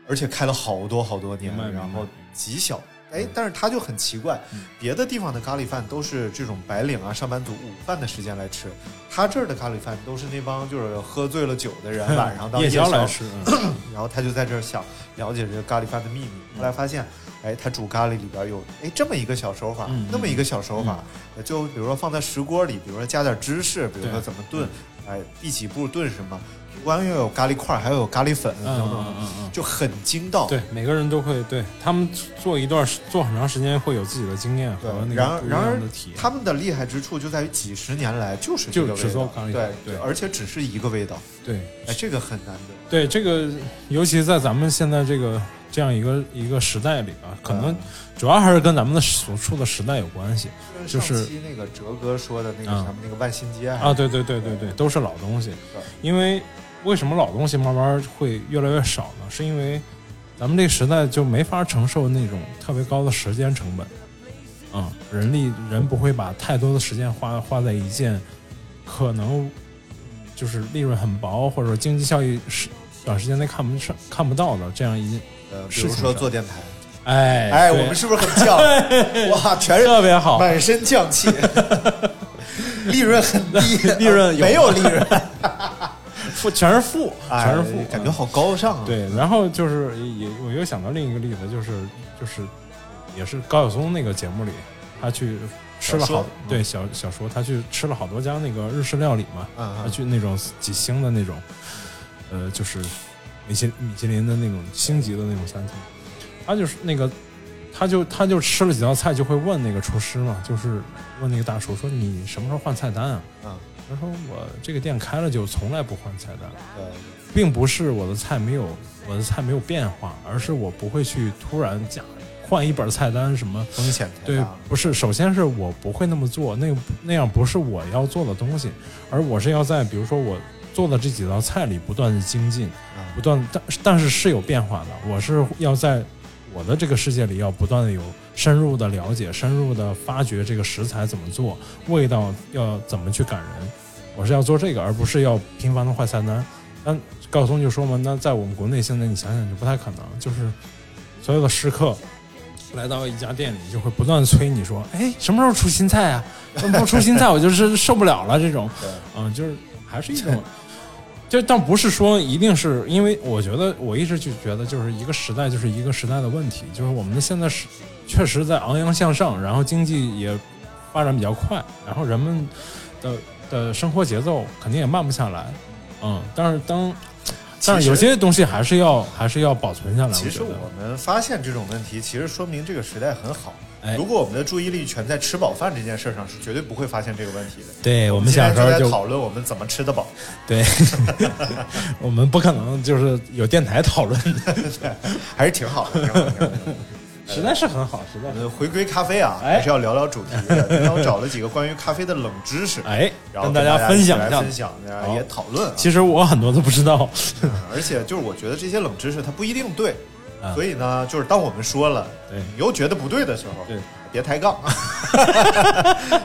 S10: 而且开了好多好多年
S11: 明白，明白嗯
S10: 然后极小，哎，但是它就很奇怪，别的地方的咖喱饭都是这种白领啊、上班族午饭的时间来吃，他这儿的咖喱饭都是那帮就是喝醉了酒的人 晚上到
S11: 夜
S10: 宵
S11: 宵来吃， 嗯
S10: 然后他就在这儿想了解这个咖喱饭的秘密，后来发现，哎，他煮咖喱里边有哎这么一个小手法，
S11: 嗯
S10: 那么一个小手法，呃就比如说放在石锅里，比如说加点芝士，比如说
S11: 对
S10: 怎么炖，哎，第几步炖什么，不光要有咖喱块儿，还要有咖喱粉
S11: 嗯
S10: 等等
S11: 嗯嗯嗯，
S10: 就很精到。
S11: 对，每个人都会对他们做一段做很长时间会有自己的经验
S10: 对
S11: 和那，
S10: 然
S11: 个
S10: 而
S11: 不一
S10: 然
S11: 样
S10: 而
S11: 的体验。
S10: 他们的厉害之处就在于几十年来就是
S11: 就
S10: 这个
S11: 只
S10: 味
S11: 做
S10: 道
S11: 咖，喱
S10: 对
S11: 对
S10: 而且只是一个味道，
S11: 对
S10: 哎，这个很难得。
S11: 对，这个尤其在咱们现在这个这样一个一个时代里吧，可能
S10: 嗯
S11: 主要还是跟咱们的所处的时代有关系就
S10: 上
S11: 是
S10: 期那个哲哥说的那个
S11: 嗯
S10: 咱们那个万新街还
S11: 啊。对对对对对，都是老东西
S10: 对。
S11: 因为为什么老东西慢慢会越来越少呢？是因为咱们这个时代就没法承受那种特别高的时间成本。啊、人力人不会把太多的时间花花在一件可能就是利润很薄或者说经济效益是短时间内看不上看不到的这样一件，
S10: 呃，比
S11: 事
S10: 如
S11: 情
S10: 说
S11: 上
S10: 做电台，
S11: 哎
S10: 哎，
S11: 对
S10: 我们是不是很犟？啊 哇，全是
S11: 特别好，
S10: 满身犟气， 利润很 低，呃
S11: 利润有
S10: 没有利润，
S11: 负全是负，
S10: 哎
S11: 全是负，
S10: 感觉好高尚啊！，
S11: 对，然后就是也我又想到另一个例子，就是就是也是高晓松那个节目里，他去吃了
S10: 小说嗯
S11: 好对小小说，他去吃了好多家那个日式料理嘛，
S10: 嗯
S11: 他
S10: 嗯
S11: 去那种几星的那种，呃，就是米其米其林的那种星级的那种餐厅，他就是那个。他就他就吃了几道菜，就会问那个厨师嘛，就是问那个大厨说你什么时候换菜单啊？
S10: 嗯，
S11: 他说我这个店开了就从来不换菜单，
S10: 对，
S11: 并不是我的菜没有我的菜没有变化，而是我不会去突然加换一本菜单什么。
S10: 风险太
S11: 对
S10: 大了，，
S11: 不是，首先是我不会那么做，那个那样不是我要做的东西，而我是要在比如说我做的这几道菜里不断的精进，不断地但但是是有变化的，我是要在我的这个世界里要不断的有深入的了解，深入的发掘这个食材怎么做，味道要怎么去感人，我是要做这个，而不是要频繁的换菜单。但高晓松就说嘛，那在我们国内现在你想想就不太可能，就是所有的食客来到一家店里就会不断地催你说，哎，什么时候出新菜 啊？不出新菜我就是受不了了这种，嗯，就是还是一种。 就但不是说一定是因为，我觉得我一直就觉得，就是一个时代就是一个时代的问题，就是我们的现在是确实在昂扬向上，然后经济也发展比较快，然后人们的的生活节奏肯定也慢不下来，嗯，但是当但是有些东西还是要还是要保存下来，
S10: 其实
S11: 我觉得
S10: 我们发现这种问题，其实说明这个时代很好
S11: 哎。
S10: 如果我们的注意力全在吃饱饭这件事上，是绝对不会发现这个问题的。
S11: 对我们
S10: 现
S11: 小
S10: 在
S11: 时候
S10: 在
S11: 就
S10: 讨论我们怎么吃得饱，
S11: 对， 我们不可能就是有电台讨论，
S10: 还是挺好的。挺好的挺好的
S11: 实在是很好，实在是
S10: 呃，回归咖啡啊，
S11: 哎
S10: 还是要聊聊主题的。今天我找了几个关于咖啡的冷知识，
S11: 哎
S10: 然后
S11: 跟大家
S10: 一
S11: 分
S10: 起
S11: 享
S10: 来
S11: 一下
S10: 分享，然后
S11: 好
S10: 也讨论啊。
S11: 其实我很多都不知道，
S10: 而且就是我觉得这些冷知识它不一定对，
S11: 啊
S10: 所以呢，就是当我们说了，
S11: 对
S10: 你又觉得不对的时候，
S11: 对
S10: 别 抬杠，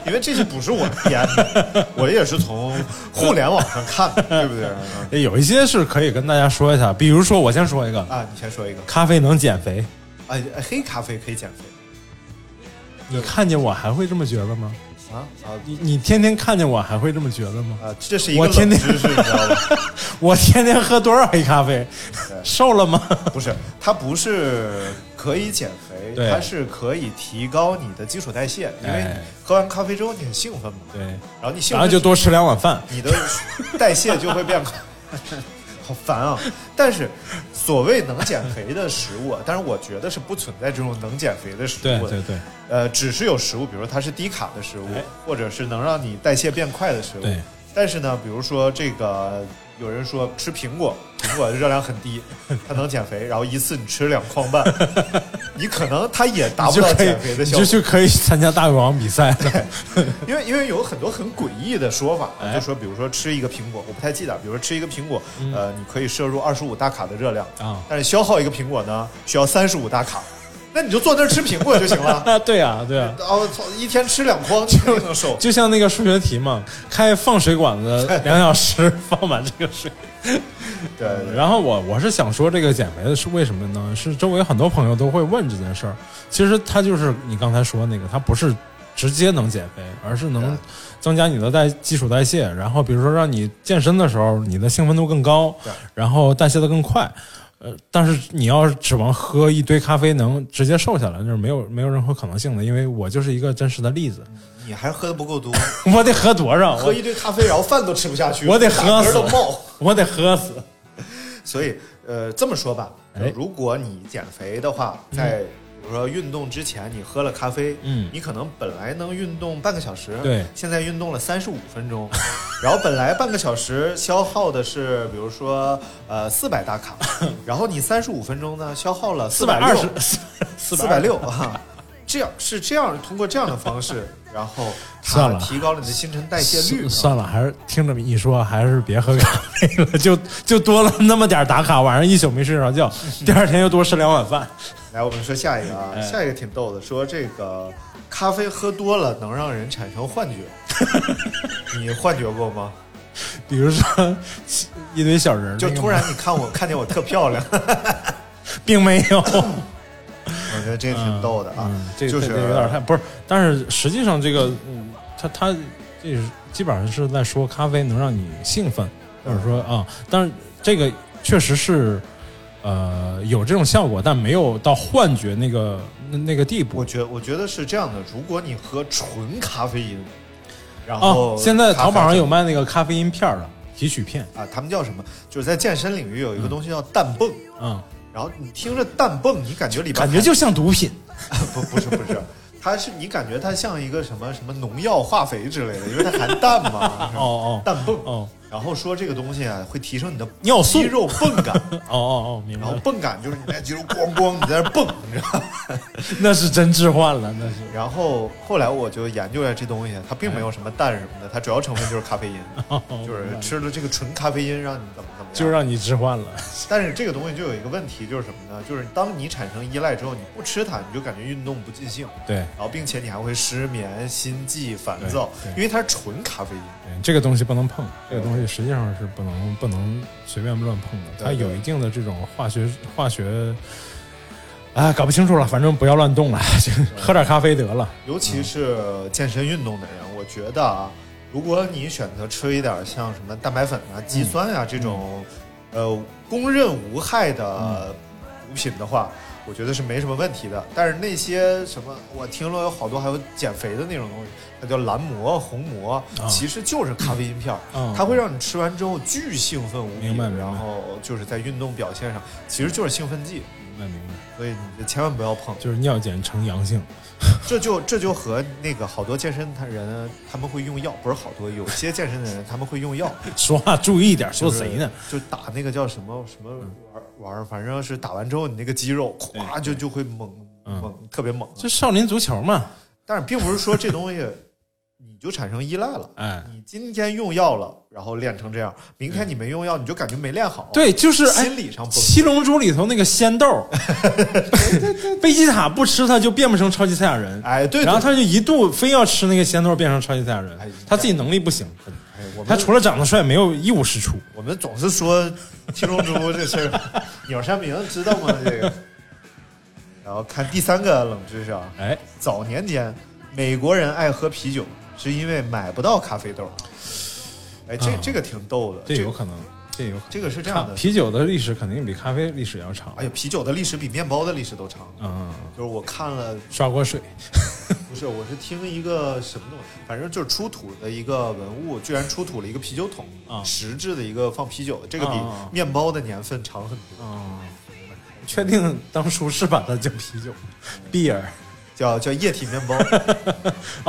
S10: 因为这些不是我编的，我也是从互联网上看的，对 不对？嗯
S11: 有一些是可以跟大家说一下，比如说我先说一个，
S10: 啊，你先说一个，
S11: 咖啡能减肥。
S10: 哎，黑咖啡可以减肥
S11: 你看见我还会这么觉得吗？
S10: 啊啊
S11: 你你天天看见我还会这么觉得吗？
S10: 啊，这是一个
S11: 我
S10: 冷
S11: 天
S10: 知
S11: 天
S10: 识，你知道吗？
S11: 我天天喝多少黑咖啡， 瘦了吗？
S10: 不是，它不是可以减肥，
S11: 对
S10: 它是可以提高你的基础代谢，因为
S11: 哎
S10: 喝完咖啡之后你很兴奋嘛，
S11: 对，
S10: 然后你兴
S11: 然后
S10: 奋
S11: 就多吃两碗饭。
S10: 你的代谢就会 变快。好烦啊！但是所谓能减肥的食物，啊，但是我觉得是不存在这种能减肥的食
S11: 对
S10: 物的。
S11: 对对。哎
S10: 呃，只是有食物，比如说它是低卡的食物，或者是能让你代谢变快的食物。
S11: 对。
S10: 但是呢，比如说这个，有人说吃苹果，苹果的热量很低，它能减肥，然后一次你吃两筐 半，你可能它也达
S11: 你
S10: 不
S11: 就
S10: 到
S11: 可以
S10: 减肥，的
S11: 你
S10: 效
S11: 就
S10: 果。
S11: 去可以参加大胃王比 赛了。
S10: 因为因为有很多很诡异的说法，
S11: 哎嗯
S10: 就说比如说吃一个苹果，我不太记得，啊比如说吃一个苹果，呃，你可以摄入二十五大卡的热量
S11: 啊
S10: 但是消耗一个苹果呢，需要三十五大卡。那你就坐那儿吃苹果就行 了。
S11: 啊，对啊，对啊，
S10: 哦，操！一天吃两筐，这个能瘦？
S11: 就像那个数学题嘛，开放水管子两小时放满这个水。
S10: 对，
S11: 呃然后我我是想说，这个减肥的是为什么呢？是周围很多朋友都会问这件事儿。其实它就是你刚才说那个，它不是直接能减肥，而是能增加你的代基础代谢，然后比如说让你健身的时候，你的兴奋度更高，然后代谢的更快。呃，但是你要是指望喝一堆咖啡能直接瘦下来，那是没有没有任何可能性的，因为我就是一个真实的例子。
S10: 你还喝的不够多，
S11: 我得嗯喝多少？
S10: 喝
S11: 我
S10: 一堆咖啡，然后饭都吃不下去，
S11: 我得
S10: 打
S11: 喝
S10: 嗝
S11: 死
S10: 都冒。
S11: 我得喝死。
S10: 所以，呃，这么说吧，
S11: 哎
S10: 如果你减肥的话，在比如说运动之前，你喝了咖啡，
S11: 嗯
S10: 你可能本来能运动半个小时，
S11: 对
S10: 现在运动了三十五分钟， 然后本来半个小时消耗的是，比如说呃四百大 卡，然后你三十五分钟呢消耗了
S11: 四
S10: 四
S11: 百
S10: 百
S11: 二
S10: 六
S11: 十， 四
S10: 四百六啊，这样是这样通过这样的方式，然后它
S11: 算了
S10: 提高了你的新陈代谢率，
S11: 算算了，还是听着一说，还是别喝咖啡了，就就多了那么点儿打卡，晚上一宿没睡着 觉，第二天又多吃两碗饭。
S10: 来，我们说下一个啊，
S11: 哎
S10: 下一个挺逗的，说这个咖啡喝多了能让人产生幻觉， 你幻觉过吗？
S11: 比如说一堆小人儿，
S10: 就
S11: 那个
S10: 突然你看我看见我特漂 亮，
S11: 并没有，
S10: 我觉得这 挺逗的啊，
S11: 嗯这个
S10: 就
S11: 这
S10: 是
S11: 个有点太不是，但是实际上这个，嗯，他他这是基本上是在说咖啡能让你兴奋，或者说啊，但是这个确实是。呃，有这种效果，但没有到幻觉那个那那个地步。
S10: 我觉我觉得是这样的，如果你喝纯咖啡因，然
S11: 哦，
S10: 后
S11: 现在
S10: 咖
S11: 淘宝上
S10: 啡
S11: 有卖那个咖啡因片儿的提取片，
S10: 啊，他们叫什么？就是在健身领域有一个东西叫氮泵，
S11: 嗯，
S10: 然后你听着氮泵，你感觉里边
S11: 感觉就像毒品。，
S10: 不不是不是，它是你感觉它像一个什么什么农药、化肥之类的，因为它含氮嘛
S11: 哦哦
S10: 氮泵。
S11: 哦
S10: 然后说这个东西啊，会提升你的
S11: 尿素
S10: 肌肉泵感，
S11: 哦哦哦，明白
S10: 然后
S11: 了，
S10: 泵感就是你在肌肉咣咣你在那蹦，你知道吗？
S11: 那是真置换了， 那是。
S10: 然后后来我就研究一下这东西，它并没有什么氮什么的，它主要成分就是咖啡因，
S11: 哦
S10: 就是
S11: 明白了
S10: 吃了这个纯咖啡因让你怎么怎么样。
S11: 就让你置换了，
S10: 但是这个东西就有一个问题，就是什么呢？就是当你产生依赖之后，你不吃它，你就感觉运动不尽兴。
S11: 对，
S10: 然后并且你还会失眠、心悸、烦躁，
S11: 对对
S10: 因为它是纯咖啡因。
S11: 对这个东西不能碰，这个东西实际上是不能不能随便乱碰的，
S10: 对
S11: 它有一定的这种化学化学，啊，搞不清楚了，反正不要乱动了，就喝点咖啡得了。
S10: 尤其是健身运动的人，我觉得啊，如果你选择吃一点像什么蛋白粉啊、肌酸啊这种，
S11: 嗯
S10: 呃，公认无害的补品的话，我觉得是没什么问题的。但是那些什么，我听了有好多还有减肥的那种东西，它叫蓝魔、红魔，其实就是咖啡因片儿，
S11: 啊嗯
S10: 它会让你吃完之后巨兴奋无比，
S11: 明白明白
S10: 然后就是在运动表现上其实就是兴奋剂，
S11: 明白明白，
S10: 所以你千万不要碰。
S11: 就是尿检呈阳性，
S10: 这就这就和那个好多健身他人他们会用药，不是好多，有些健身的人他们会用 药。
S11: 说话注意点，说
S10: 就是
S11: 谁呢？？嗯
S10: 就打那个叫什么什么玩玩意儿，反正是打完之后你那个肌肉咵就就会猛
S11: 嗯
S10: 猛特别猛。
S11: 就少林足球嘛，
S10: 但是并不是说这东西你就产生依赖了。
S11: 哎，嗯
S10: 你今天用药了，然后练成这样，明天你没用药，你就感觉没练好。，
S11: 对，就是哎，
S10: 哦心理上崩
S11: 七龙珠》里头那个仙豆， 贝吉塔不吃它就变不成超级赛亚人，
S10: 哎对对
S11: 然后他就一度非要吃那个仙豆变成超级赛亚人
S10: 哎，
S11: 他自己能力不行，
S10: 哎我
S11: 他
S10: 们
S11: 除了长得帅没有一无是处。
S10: 我们总是说七龙珠这事儿， 鸟山明知道吗？这个。然后看第三个冷知识啊，
S11: 哎，
S10: 早年间美国人爱喝啤酒，是因为买不到咖啡豆。哎，这、
S11: 啊
S10: 这个挺逗的，
S11: 这有可能，这有可能。
S10: 这个是这样
S11: 看
S10: 的。
S11: 啤酒的历史肯定比咖啡历史要长。
S10: 哎呀，啤酒的历史比面包的历史都长。啊
S11: 嗯，
S10: 就是我看了，
S11: 刷锅水，
S10: 不是，我是听一个什么东西，反正就是出土的一个文物，居然出土了一个啤酒桶，
S11: 啊
S10: 实质的一个放啤酒的，这个比
S11: 啊啊啊
S10: 面包的年份长很多。
S11: 确定当初是把它叫啤酒，beer，
S10: 叫叫液 体面包，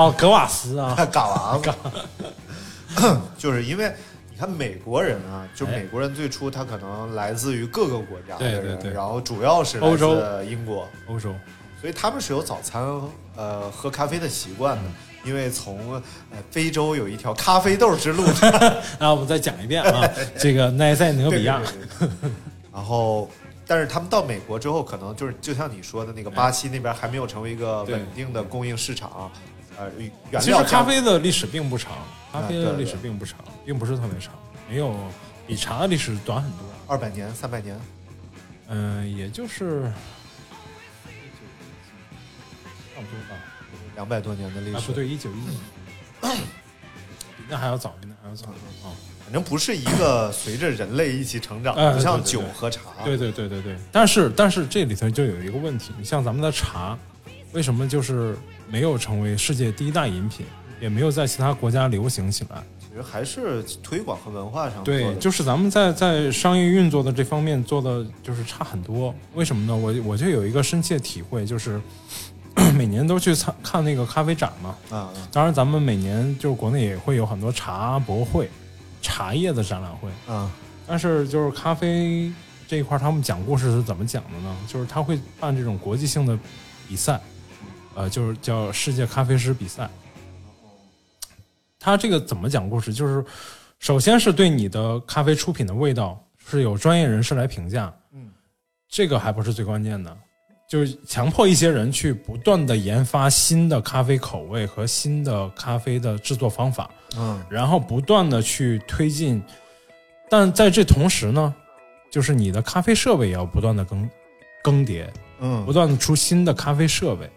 S11: 哦，格瓦斯啊，
S10: 嘎娃子， 就是因为你看美国人啊，就
S11: 哎
S10: 美国人最初他可能来自于各个国家的
S11: 对
S10: 人，
S11: 对对
S10: 然后主要是
S11: 欧洲
S10: 来自英国，
S11: 欧洲，
S10: 所以他们是有早餐呃喝咖啡的习惯
S11: 嗯
S10: 的。因为从呃非洲有一条咖啡豆 之路，
S11: 啊，我们再讲一遍啊，这个奈塞俄
S10: 对
S11: 比亚，
S10: 对对对然后，但是他们到美国之后，可能就是就像你说的那个巴西那边还没有成为一个
S11: 对
S10: 稳定的供应市场，呃，原
S11: 其实
S10: 料这样
S11: 咖啡的历史并不长，咖啡
S10: 啊
S11: 的
S10: 对
S11: 历史并不长，并不是特别长，没有比茶的历史短很多。
S10: 二百年、三百年，
S11: 嗯、也就是差不多吧。
S10: 两百多年的历
S11: 啊，不
S10: 史，
S11: 对，一九一九，比那还要早，比那还要早啊。
S10: 反正不是一个随着人类一起成长，
S11: 哎
S10: 不像
S11: 对对
S10: 酒
S11: 对
S10: 和茶。
S11: 对对对对对，但是但是这里头就有一个问题，你像咱们的茶，为什么就是没有成为世界第一大饮品，也没有在其他国家流行起来？
S10: 其实还是推广和文化上啊做
S11: 对，
S10: 的
S11: 就是咱们在在商业运作的这方面做的就是差很多。为什么呢？我我就有一个深切体会，就是 每年都去参看那个咖啡展嘛，
S10: 啊，嗯
S11: 当然咱们每年就是国内也会有很多茶博会、茶叶的展览会。
S10: 啊，
S11: 但是就是咖啡这一块儿，他们讲故事是怎么讲的呢？就是他会办这种国际性的比赛，呃，就是叫世界咖啡师比赛。他这个怎么讲故事？就是首先是对你的咖啡出品的味道是有专业人士来评价，
S10: 嗯，
S11: 这个还不是最关键的，就是强迫一些人去不断的研发新的咖啡口味和新的咖啡的制作方法，
S10: 嗯，
S11: 然后不断的去推进，但在这同时呢，就是你的咖啡设备也要不断的更更迭，
S10: 嗯
S11: 不断的出新的咖啡设备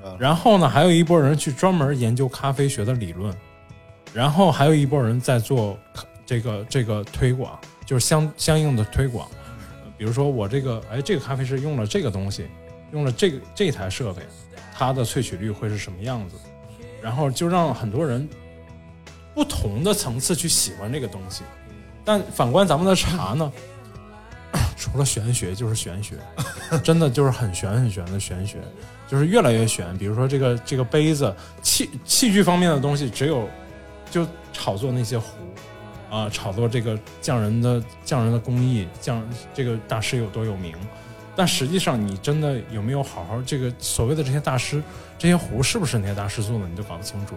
S10: 白了。
S11: 然后呢，还有一波人去专门研究咖啡学的理论，然后还有一波人在做咖这个这个推广，就是相相应的推广。呃比如说我这个，哎，这个咖啡师用了这个东西，用了这个这台设备，它的萃取率会是什么样子？然后就让很多人不同的层次去喜欢这个东西。但反观咱们的茶呢， 除了玄学就是玄学，真的就是很玄很玄的玄学，就是越来越玄。比如说这个这个杯子器器具方面的东西，只有就炒作那些壶啊，炒作这个匠人的匠人的工艺，匠这个大师有多有名。但实际上，你真的有没有好好这个所谓的这些大师，这些壶是不是那些大师做的，你都搞不清楚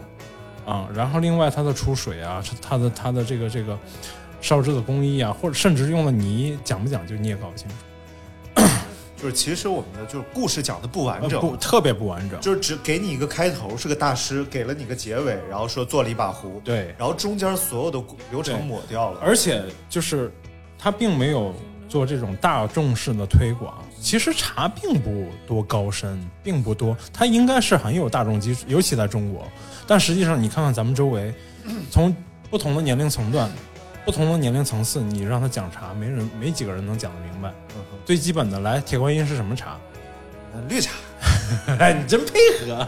S11: 啊。然后另外它的出水啊，它的它的这个这个烧制的工艺啊，或者甚至用的泥讲不讲究，你也搞不清楚。
S10: 就是其实我们的就是故事讲的不完
S11: 呃
S10: 整，
S11: 不特别不完整。
S10: 就是只给你一个开头是个大师，给了你个结尾，然后说做了一把壶，
S11: 对
S10: 然后中间所有的过流程抹掉了，
S11: 而且就是他并没有做这种大众式的推广。其实茶并不多高深，并不多，它应该是很有大众基础，尤其在中国。但实际上，你看看咱们周围，
S10: 嗯
S11: 从不同的年龄层段、不同的年龄层次，你让他讲茶，没人没几个人能讲得明白。最基本的，来，铁观音是什么茶？
S10: 呃嗯绿茶
S11: 哎，你真配合。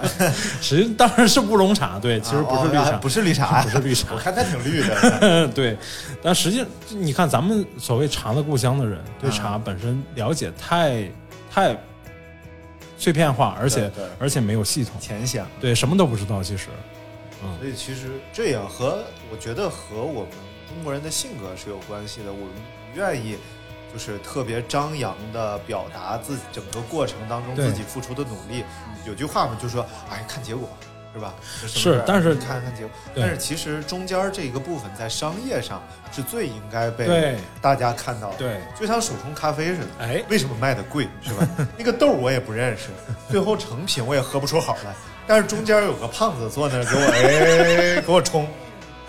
S11: 实际当然是乌龙茶，对，其实不是绿
S10: 哦
S11: 茶，
S10: 啊不是绿茶，
S11: 不是绿茶
S10: 我看它挺绿的，
S11: 对，但实际上你看，咱们所谓茶的故乡的人，对
S10: 嗯
S11: 茶本身了解太太碎片化，而且
S10: 对对
S11: 而且没有系统，
S10: 浅显。
S11: 对，什么都不知道。其实，嗯
S10: 所以其实这也和我觉得和我们中国人的性格是有关系的。我们不愿意就是特别张扬的表达自己整个过程当中
S11: 对嗯
S10: 自己付出的努力。有句话嘛，就说哎，看结果是吧？就什么
S11: 是
S10: 事儿
S11: 但是
S10: 你看看结果，
S11: 对
S10: 但是其实中间这个部分在商业上是最应该被
S11: 对
S10: 大家看到的。
S11: 对
S10: 就像手冲咖啡似的，
S11: 哎
S10: 为什么卖的贵是 吧？那个豆儿我也不认识，最后成品我也喝不出好来。但是中间有个胖子坐那儿给我 哎给我冲，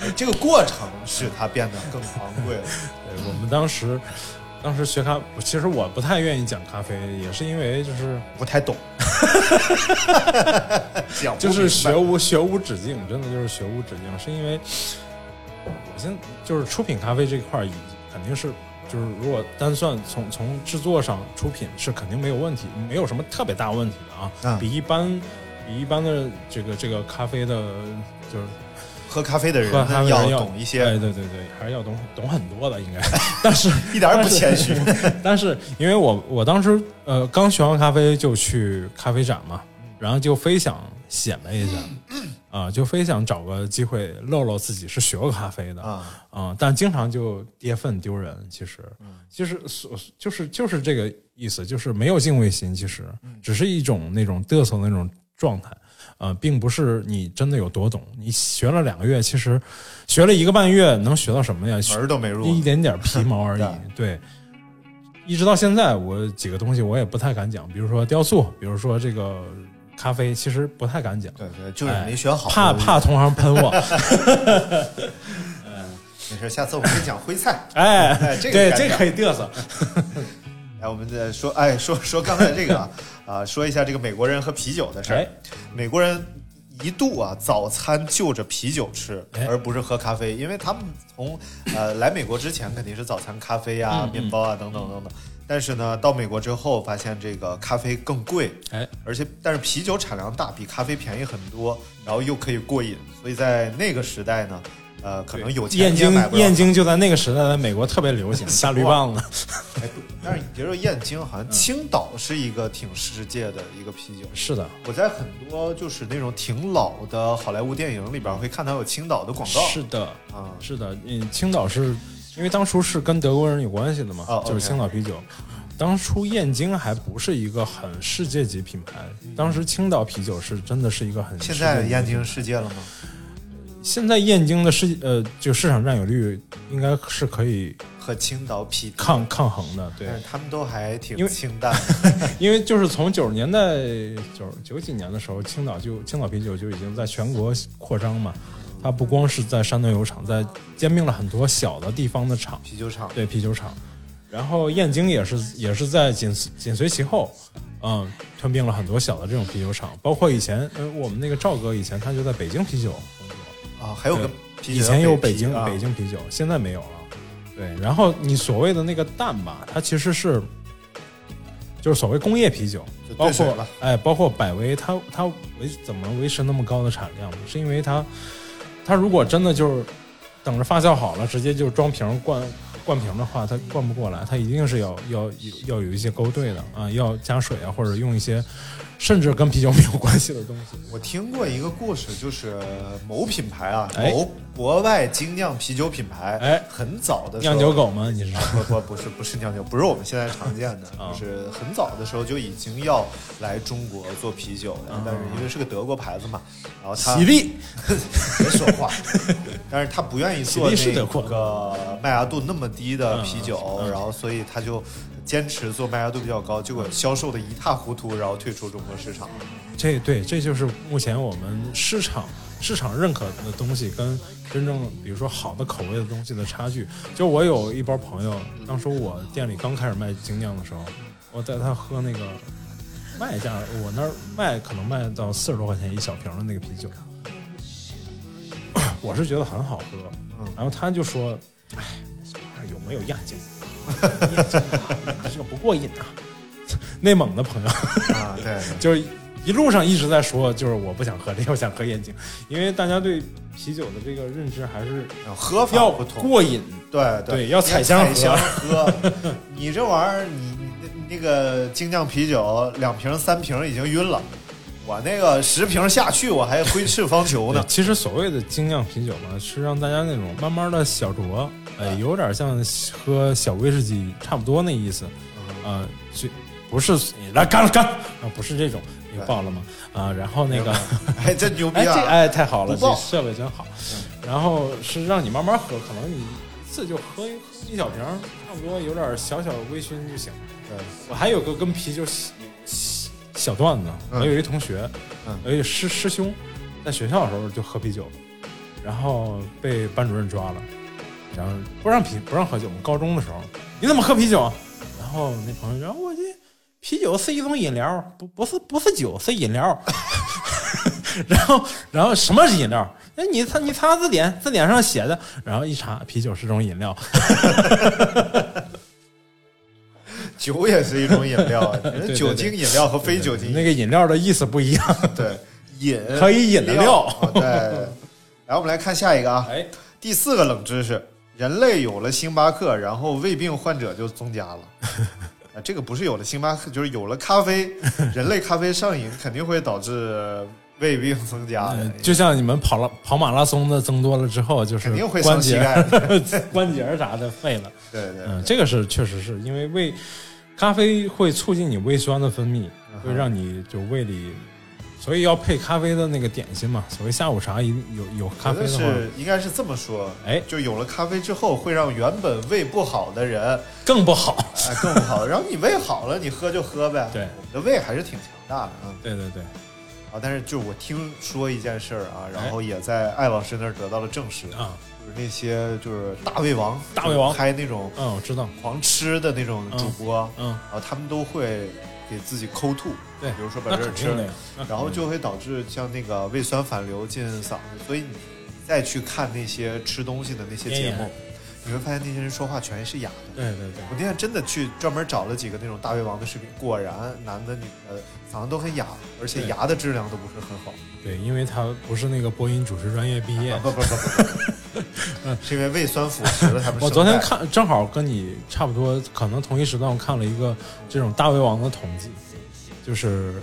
S10: 哎这个过程使它变得更昂 贵了。
S11: 对我们当时当时学咖，其实我不太愿意讲咖啡，也是因为就是
S10: 不太 懂，讲不
S11: 就是
S10: 明白
S11: 学无学无止境，真的就是学无止境，是因为我现在就是出品咖啡这块儿已肯定是就是如果单算从从制作上出品是肯定没有问题，没有什么特别大问题的啊，
S10: 啊
S11: 比一般比一般的这个这个咖啡的，就是
S10: 喝咖啡的人
S11: 喝咖啡的人
S10: 要懂一
S11: 哎
S10: 些，
S11: 对对对，还是要懂懂很多的应该， 但是
S10: 一点儿也不 谦虚。
S11: 但是因为我我当时呃刚学完咖啡就去咖啡展嘛，然后就非想显摆一下，啊、就非想找个机会露露自己是学过咖啡的
S10: 啊
S11: 啊但经常就跌份丢人。其实，其实所就是就是这个意思，就是没有敬畏心，其实只是一种那种嘚瑟的那种状态。呃，并不是你真的有多懂，你学了两个月，其实学了一个半月，能学到什么呀？学
S10: 门儿都没入
S11: 一点点皮毛而已。对，一直到现在，我几个东西我也不太敢讲，比如说雕塑，比如说这个咖啡，其实不太敢讲，
S10: 对对，就是
S11: 哎
S10: 没选好，
S11: 怕怕同行喷 我。
S10: 没事，下次我跟你讲徽菜。
S11: 哎
S10: 哎，这个
S11: 对，
S10: 敢
S11: 这
S10: 讲
S11: 可以嘚瑟。
S10: 哎，我们再说，哎，说 说刚才这个啊，啊，说一下这个美国人和啤酒的事儿
S11: 哎。
S10: 美国人一度啊，早餐就着啤酒吃
S11: 哎，
S10: 而不是喝咖啡，因为他们从呃来美国之前肯定是早餐咖啡
S11: 嗯
S10: 啊
S11: 嗯、
S10: 面包啊等等等等。但是呢，到美国之后发现这个咖啡更贵，
S11: 哎，
S10: 而且但是啤酒产量大，比咖啡便宜很多，然后又可以过瘾，所以在那个时代呢，呃，可能有钱
S11: 燕
S10: 你也
S11: 京
S10: 买不了
S11: 燕京就在那个时代，在美国特别流行大绿 棒子。
S10: 哎，不但是你别说燕京，
S11: 嗯
S10: 好像青岛是一个挺世界的一个啤酒。
S11: 是的，
S10: 我在很多就是那种挺老的好莱坞电影里边会看到有青岛的广告。
S11: 是的，
S10: 啊，
S11: 是的，嗯，青岛是因为当初是跟德国人有关系的嘛，
S10: 哦
S11: 就是
S10: OK
S11: 青岛啤酒。当初燕京还不是一个很世界级品牌，当时青岛啤酒是真的是一个很
S10: 现在
S11: 世界级
S10: 燕京世界了吗？
S11: 现在燕京的市呃就市场占有率应该是可以
S10: 和青岛匹敌，
S11: 抗抗衡的，对
S10: 但，是他们都还
S11: 因
S10: 挺
S11: 为
S10: 清淡。
S11: 因为就是从九十年代九九几年的时候，青岛就青岛啤酒就已经在全国扩张嘛，它不光是在山东有厂，在兼并了很多小的地方的厂，
S10: 啤酒厂
S11: 对啤酒厂，然后燕京也是也是在紧紧随其后，嗯，吞并了很多小的这种啤酒厂，包括以前呃我们那个赵哥以前他就在北京啤酒工作，
S10: 啊，还有个
S11: 对
S10: 啤酒
S11: 以前有
S10: 叫
S11: 北京
S10: 啤啊
S11: 北京啤酒，现在没有了。对，然后你所谓的那个淡吧，它其实是就是所谓工业啤酒
S10: 就，
S11: 包
S10: 兑水
S11: 括
S10: 了
S11: 哎，包括百威，它它维怎么维持那么高的产量呢？是因为它它如果真的就是等着发酵好了，直接就装瓶灌灌瓶的话，它灌不过来，它一定是要要要有一些勾兑的啊，要加水啊，或者用一些甚至跟啤酒没有关系的东西。
S10: 我听过一个故事，就是某品牌啊，
S11: 哎
S10: 某国外精酿啤酒品牌，
S11: 哎
S10: 很早的时候
S11: 酿酒狗吗？你是？
S10: 不不不是不是酿酒，不是我们现在常见的，
S11: 啊
S10: 就是很早的时候就已经要来中国做啤酒了，但是因为是个德国牌子嘛，然后他
S11: 吉利，
S10: 别说话，但是他不愿意做
S11: 吉利是德
S10: 那
S11: 国
S10: 个麦芽度那么低的啤酒，
S11: 嗯嗯
S10: 然后所以他就坚持做麦芽度比较高，结果销售的一塌糊涂，然后退出中国市场。
S11: 这对，这就是目前我们市场市场认可的东西跟真正比如说好的口味的东西的差距。就我有一帮朋友，当初我店里刚开始卖精酿的时候，我带他喝那个卖价，我那儿卖可能卖到四十多块钱一小瓶的那个啤酒， 我是觉得很好喝，然后他就说，哎，这玩意儿有没有亚精？亚精啊 这个不过瘾啊！内蒙的朋友。
S10: 啊，对，
S11: 就是一路上一直在说，就是我不想喝这个，我想喝燕京，因为大家对啤酒的这个认知还是
S10: 然后喝法
S11: 要
S10: 不同，
S11: 过瘾。
S10: 对
S11: 对
S10: 对，
S11: 要
S10: 踩
S11: 踩箱
S10: 踩箱喝。 你这玩意儿，你你那个精酿啤酒两瓶三瓶已经晕了，我那个十瓶下去我还挥斥方遒
S11: 对
S10: 呢。
S11: 其实所谓的精酿啤酒嘛，是让大家那种慢慢的小酌，呃，有点像喝小威士忌差不多那意思，啊，就不是你来干了干啊，不是这种，你爆了吗？啊，然后那个。
S10: 哎，这牛逼
S11: 哎，这
S10: 啊！
S11: 哎太好了，
S10: 不
S11: 这
S10: 爆
S11: 设备真好。然后是让你慢慢喝，可能你一次就喝一一小瓶儿，差不多有点小小微醺就行。
S10: 对
S11: 我还有个跟啤酒小小段子，
S10: 嗯
S11: 我有一同学，
S10: 嗯
S11: 我有一师师兄，在学校的时候就喝啤酒，然后被班主任抓了，然后不让啤不让喝酒。我们高中的时候，你怎么喝啤酒啊？然后那朋友说，我这啤酒是一种饮料，不不是不是酒，是饮料。然后然后什么是饮料？那你擦你擦字典，字典上写的，然后一查，啤酒是种饮料。
S10: 酒也是一种饮料啊，你
S11: 对
S10: 这
S11: 对
S10: 酒精饮料和非酒精
S11: 那个饮料的意思不一样。
S10: 对饮
S11: 可以饮的料
S10: 啊对，来，我们来看下一个啊，
S11: 哎，
S10: 第四个冷知识：人类有了星巴克，然后胃病患者就增加了。 啊，这个不是有了星巴克，就是有了咖啡，人类咖啡上瘾肯定会导致胃病增加的
S11: 呃，就像你们跑了跑马拉松的增多了之后，就是
S10: 肯定会
S11: 关
S10: 伤膝
S11: 节
S10: 盖。
S11: 关节啥的废了。
S10: 对对
S11: 嗯，这个是确实是因为胃咖啡会促进你胃酸的分泌，会让你就胃里所以要配咖啡的那个点心嘛，所谓下午茶一定有有咖
S10: 觉
S11: 啡的
S10: 得
S11: 话，
S10: 是应该是这么说，
S11: 哎
S10: 就有了咖啡之后，会让原本胃不好的人
S11: 更不好。
S10: 哎更不好，然后你胃好了，你喝就喝呗。
S11: 对
S10: 我们的胃还是挺强大的啊
S11: 对对对，
S10: 啊！但是就我听说一件事儿啊，然后也在艾老师那儿得到了证实，
S11: 哎啊，
S10: 就是那些就是大胃王，
S11: 大胃王
S10: 就是拍那种
S11: 嗯，我知道，
S10: 狂吃的那种主播，
S11: 嗯，
S10: 然后他们都会给自己抠吐，
S11: 对，
S10: 比如说把
S11: 那
S10: 这儿
S11: 肯
S10: 吃
S11: 定的
S10: 了
S11: 呀，，嗯那
S10: 然后就会导致像那个胃酸反流进嗓子，所以你再去看那些吃东西的那些节
S11: 咽
S10: 目
S11: 炎，
S10: 你会发现那些人说话全是哑的。
S11: 对对对
S10: 我那天真的去专门找了几个那种大胃王的视频，果然男的女的嗓子都很哑，而且
S11: 对
S10: 牙的质量都不是很好。
S11: 对，因为他不是那个播音主持专业毕业
S10: 啊、。不不不不 不，是因为胃酸腐蚀了他们声带。
S11: 我昨天看，正好跟你差不多，可能同一时段，我看了一个这种大胃王的统计，就是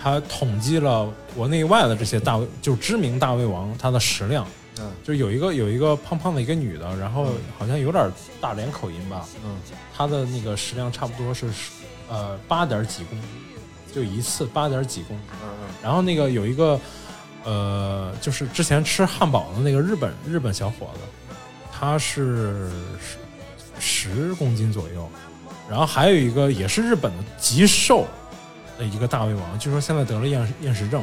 S11: 他统计了国内外的这些大胃，就知名大胃王他的食量。
S10: 嗯，
S11: 就有一个有一个胖胖的一个女的，然后好像有点大连口音吧，
S10: 嗯，
S11: 她的那个食量差不多是呃八点几公斤，就一次八点几公斤。
S10: 嗯嗯
S11: 然后那个有一个呃，就是之前吃汉堡的那个日本日本小伙子，他是十十公斤左右。然后还有一个也是日本的极瘦的一个大胃王，据说现在得了厌厌食症，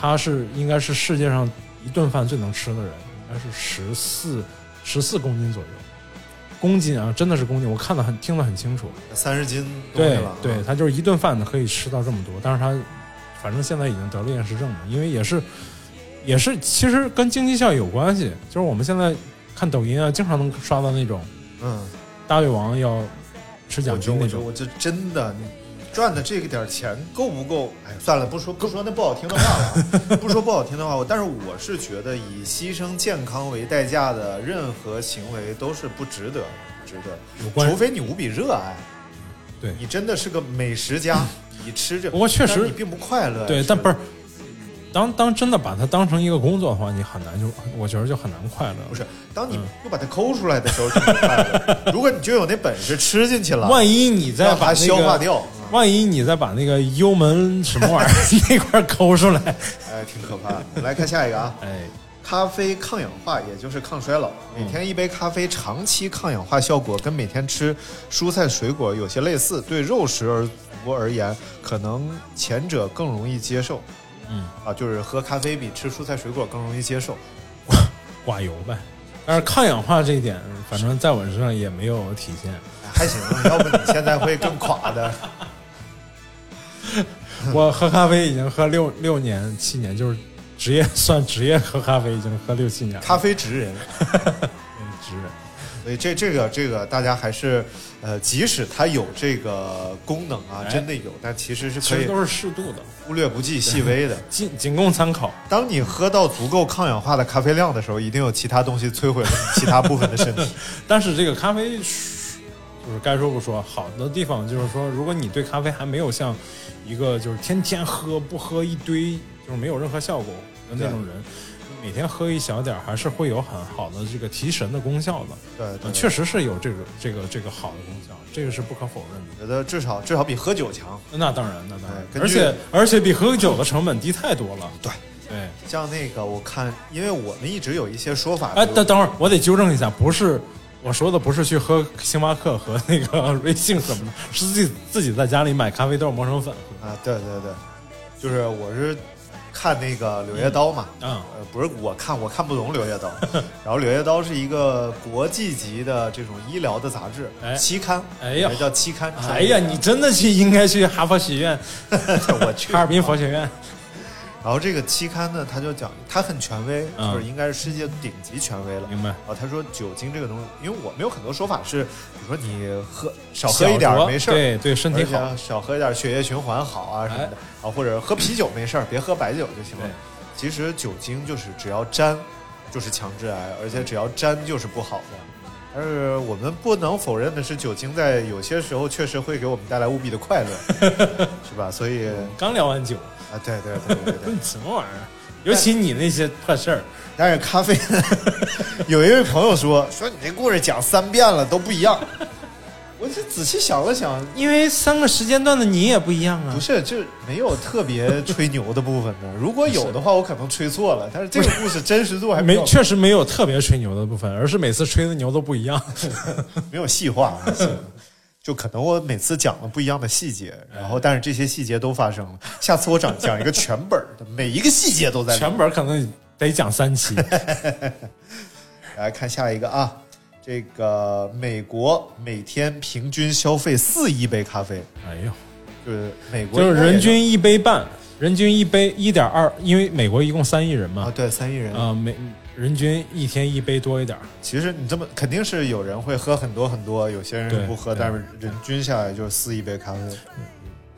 S11: 他是应该是世界上一顿饭最能吃的人，应该是十四十四公斤左右。公斤啊，真的是公斤，我看得很听得很清楚。
S10: 嗯，三十斤东西
S11: 对
S10: 了啊。
S11: 对，他就是一顿饭可以吃到这么多，但是他反正现在已经得了厌食症了，因为也是也是其实跟经济效益有关系，就是我们现在看抖音啊，经常能刷到那种
S10: 嗯，
S11: 大胃王要吃奖
S10: 我觉
S11: 金
S10: 得
S11: 那
S10: 我觉得
S11: 种，
S10: 我这真的你。赚的这个点儿钱够不够？哎，算了，不说不说那不好听的话了啊， 不说不好听的话，我但是我是觉得以牺牲健康为代价的任何行为都是不值得的，不值得，
S11: 有关
S10: 除非你无比热爱，
S11: 对
S10: 你真的是个美食家，你 吃这，
S11: 不过确实
S10: 但你并不快乐呀，
S11: 对，
S10: 吃
S11: 但不是。当当真的把它当成一个工作的话，你很难就，我觉得就很难快乐。
S10: 不是，当
S11: 嗯
S10: 你不把它抠出来的时候就不快乐，如果你就有那本事吃进去了，
S11: 万一你再
S10: 让
S11: 把、
S10: 它
S11: 那个、
S10: 消化掉，
S11: 万一你再把那个幽门什么玩意儿 那块儿抠出来，
S10: 哎，挺可怕的。我们来看下一个啊，
S11: 哎，
S10: 咖啡抗氧化，也就是抗衰老。
S11: 嗯
S10: 每天一杯咖啡，长期抗氧化效果跟每天吃蔬菜水果有些类似。对肉食而族而言，可能前者更容易接受。
S11: 嗯，
S10: 啊，就是喝咖啡比吃蔬菜水果更容易接受。
S11: 挂油呗。但是抗氧化这一点，反正在我身上也没有体现。
S10: 哎还行，要不你现在会更垮的。
S11: 我喝咖啡已经喝六六年、七年，就是职业算职业喝咖啡已经喝六七年了。
S10: 咖啡 直人。
S11: 嗯职人，
S10: 所以这这个这个大家还是，呃，即使它有这个功能啊，
S11: 哎
S10: 真的有，但其实是
S11: 其
S10: 可
S11: 实
S10: 以
S11: 都是适度的，
S10: 忽略不计、细微的。
S11: 仅仅供参考。
S10: 当你喝到足够抗氧化的咖啡量的时候，一定有其他东西摧毁了你其他部分的身体。
S11: 但是这个咖啡，就是该说不说，好的地方就是说，如果你对咖啡还没有像一个就是天天喝不喝一堆，就是没有任何效果的那种人，你每天喝一小点儿还是会有很好的这个提神的功效的。
S10: 对，
S11: 呃
S10: 对
S11: 确实是有这个这个这个好的功效，这个是不可否认的。
S10: 觉得至少至少比喝酒强。
S11: 那当然，那当然
S10: 哎，根
S11: 而
S10: 据
S11: 且而且比喝酒的成本低太多了。
S10: 对
S11: 对，
S10: 像那个我看，因为我们一直有一些说法，
S11: 哎，
S10: 比如
S11: 等等会儿，我得纠正一下，不是我说的，不是去喝星巴克和那个 瑞幸什么的，是自己自己在家里买咖啡豆磨成粉喝。
S10: 啊，对对对，就是我是看那个《柳叶刀》嘛，
S11: 嗯
S10: 呃，不是我看我看不懂《柳 叶刀》，然后《柳叶刀》是一个国际级的这种医疗的杂志、
S11: 哎
S10: 期刊，
S11: 哎呀
S10: 也叫期刊。
S11: 哎呀，你真的去应该去哈佛学院，
S10: 我去
S11: 哈尔滨佛学院。
S10: 然后这个期刊呢，它就讲它很权威，
S11: 嗯
S10: 就是应该是世界顶级权威了。
S11: 明白
S10: 然后他说酒精这个东西，因为我们有很多说法是，比如说你喝少喝一点
S11: 小
S10: 儿
S11: 酌
S10: 没事儿，
S11: 对对身体好哎
S10: 而且少喝一点儿血液循环好啊什么的，啊或者喝啤酒没事儿，别喝白酒就行了
S11: 对。
S10: 其实酒精就是只要沾，就是强致癌，而且只要沾就是不好的。但是我们不能否认的是，酒精在有些时候确实会给我们带来无比的快乐， 是吧？所以
S11: 刚聊完酒，
S10: 啊，对对对对 对。
S11: 你什么玩意儿？啊尤
S10: 哎
S11: 其你那些破事儿，
S10: 但是咖啡， 有一位朋友说说你这故事讲三遍了都不一样。我我这仔细想了想，
S1: 因为三个时间段的你也不一样啊
S10: 不。是，就没有特别吹牛的部分呢。如果有的话，我可能吹错了。但是这个故事真实度还比
S11: 没
S10: 较
S11: 确实没有特别吹牛的部分，而是每次吹的牛都不一样。
S10: 没有细化，就可能我每次讲了不一样的细节，然后但是这些细节都发生了。下次我讲讲一个全本儿的，每一个细节都在里面。
S11: 全本可能得讲三 期。
S10: 来看下一个啊，这个美国每天平均消费四亿杯咖啡，
S11: 哎呦，
S10: 就是美国
S11: 就是人均一杯半，人均一杯一点二，因为美国一共三亿人
S10: 啊，
S11: 嘛，
S10: 对，三亿人。
S11: 啊，每人均一天一杯多一点儿。
S10: 其实你这么肯定是有人会喝很多很多，有些人
S11: 对
S10: 不喝，
S11: 对
S10: 但是人均下来就是四亿杯咖啡。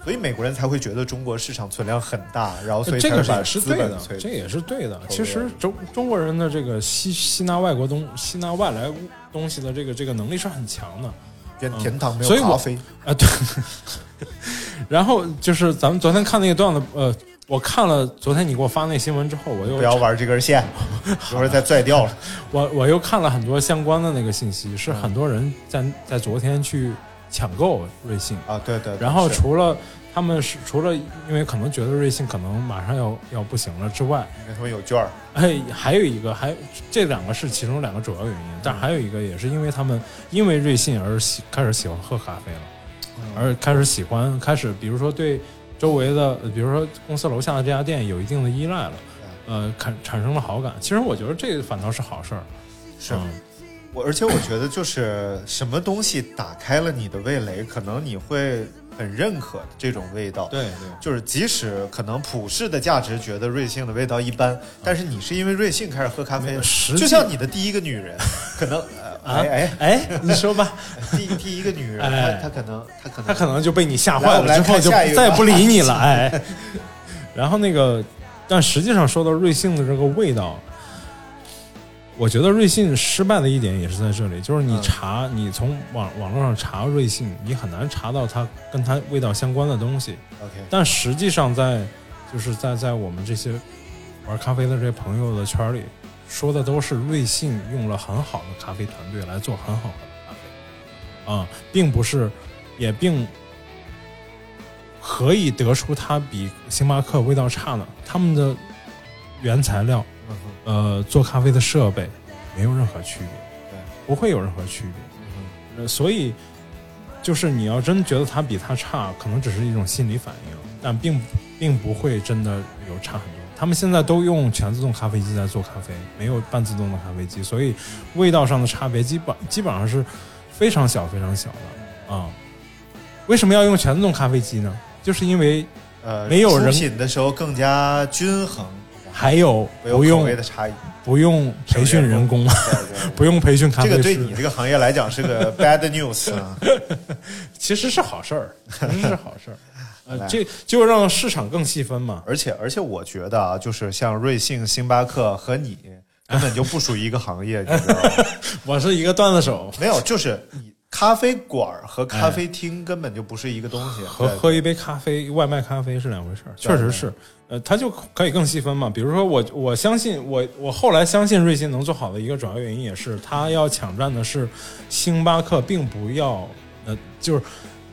S10: 所以美国人才会觉得中国市场存量很大，然后所以
S11: 这
S10: 才
S11: 个是
S10: 把
S11: 也是
S10: 资
S11: 对
S10: 本
S11: 的
S10: 催，
S11: 这也是对的。其实中中国人的这个吸吸纳外国东吸纳外来东西的这个这个能力是很强的。
S10: 边甜糖
S11: 嗯
S10: 没
S11: 所以
S10: 有
S11: 我
S10: 咖啡，
S11: 啊，对。 然后就是咱们昨天看那个段子，呃，我看了昨天你给我发那新闻之后，我又
S10: 不要玩这 根线，一会儿再拽掉了。
S11: 我我又看了很多相关的那个信息，
S10: 嗯
S11: 是很多人在在昨天去抢购瑞幸，
S10: 啊，对对。对
S11: 然后
S10: 是
S11: 除了他们是除了因为可能觉得瑞幸可能马上要要不行了之外，
S10: 因为他们有券儿，
S11: 哎，还有一个还这两个是其中两个主要原因，但还有一个也是因为他们因为瑞幸而喜开始喜欢喝咖啡了，
S10: 嗯
S11: 而开始喜欢开始比如说对周围的，呃比如说公司楼下的这家店有一定的依赖了，
S10: 嗯
S11: 呃，产产生了好感。其实我觉得这反倒是好事儿，
S10: 是
S11: 嗯
S10: 我，而且我觉得就是什么东西打开了你的味蕾，可能你会很认可这种味道。
S11: 对对。
S10: 就是即使可能普世的价值觉得瑞幸的味道一般，但是你是因为瑞幸开始喝咖啡
S11: 有，嗯实际
S10: 就像你的第一个女人，可 能呃
S11: 啊
S10: 哎
S11: 哎，你说吧，
S10: 哎，第第一个女人，
S11: 哎
S10: 她她可能她可能
S11: 他可能就被你吓
S10: 来
S11: 坏
S10: 我们来
S11: 了，之后
S10: 看
S11: 就
S10: 下一个吧
S11: 再也不理 你了，哎。然后那个，但实际上说到瑞幸的这个味道，我觉得瑞幸失败的一点也是在这里，就是你
S10: 嗯
S11: 查，你从网网络上查瑞幸，你很难查到它跟它味道相关的东西。
S10: OK
S11: 但实际上在就是在在我们这些玩咖啡的这些朋友的圈里，说的都是瑞幸用了很好的咖啡团队来做很好的咖啡，啊、并不是，也并可以得出它比星巴克味道差呢。他们的原材料，呃，做咖啡的设备没有任何区别，不会有任何区别，呃所以。就是你要真觉得它比它差，可能只是一种心理反应，但并并不会真的有差很多。他们现在都用全自动咖啡机在做咖啡，没有半自动的咖啡机，所以味道上的差别基本基本上是非常小、非常小的啊。为什么要用全自动咖啡机呢？就是因为
S10: 呃
S11: 没有人
S10: 出品的时候更加均衡，
S11: 还有
S10: 没有
S11: 不
S10: 口
S11: 用
S10: 味的差异。
S11: 不用培训人工，
S10: 对对对
S11: 不用培训咖
S10: 这
S11: 啡
S10: 个
S11: 师，
S10: 对你这个行业来讲是 个 bad news 啊。
S11: 其实是好事儿，其实是好事儿。
S10: 来
S11: 呃，这就让市场更细分嘛。
S10: 而且而且，我觉得啊，就是像瑞幸、星巴克 和你根本就不属于一个行业，你知道吗？
S11: 我是一个段子手，
S10: 没有，就是你咖啡馆儿和咖啡厅根本就不是一个东西。
S11: 哎和
S10: 对
S11: 喝一杯咖啡、外卖咖啡是两回事儿，确实是。呃，它就可以更细分嘛。比如说我，我相信我，我后来相信瑞幸能做好的一个主要原因也是，它要抢占的是星巴克并不要，呃，就是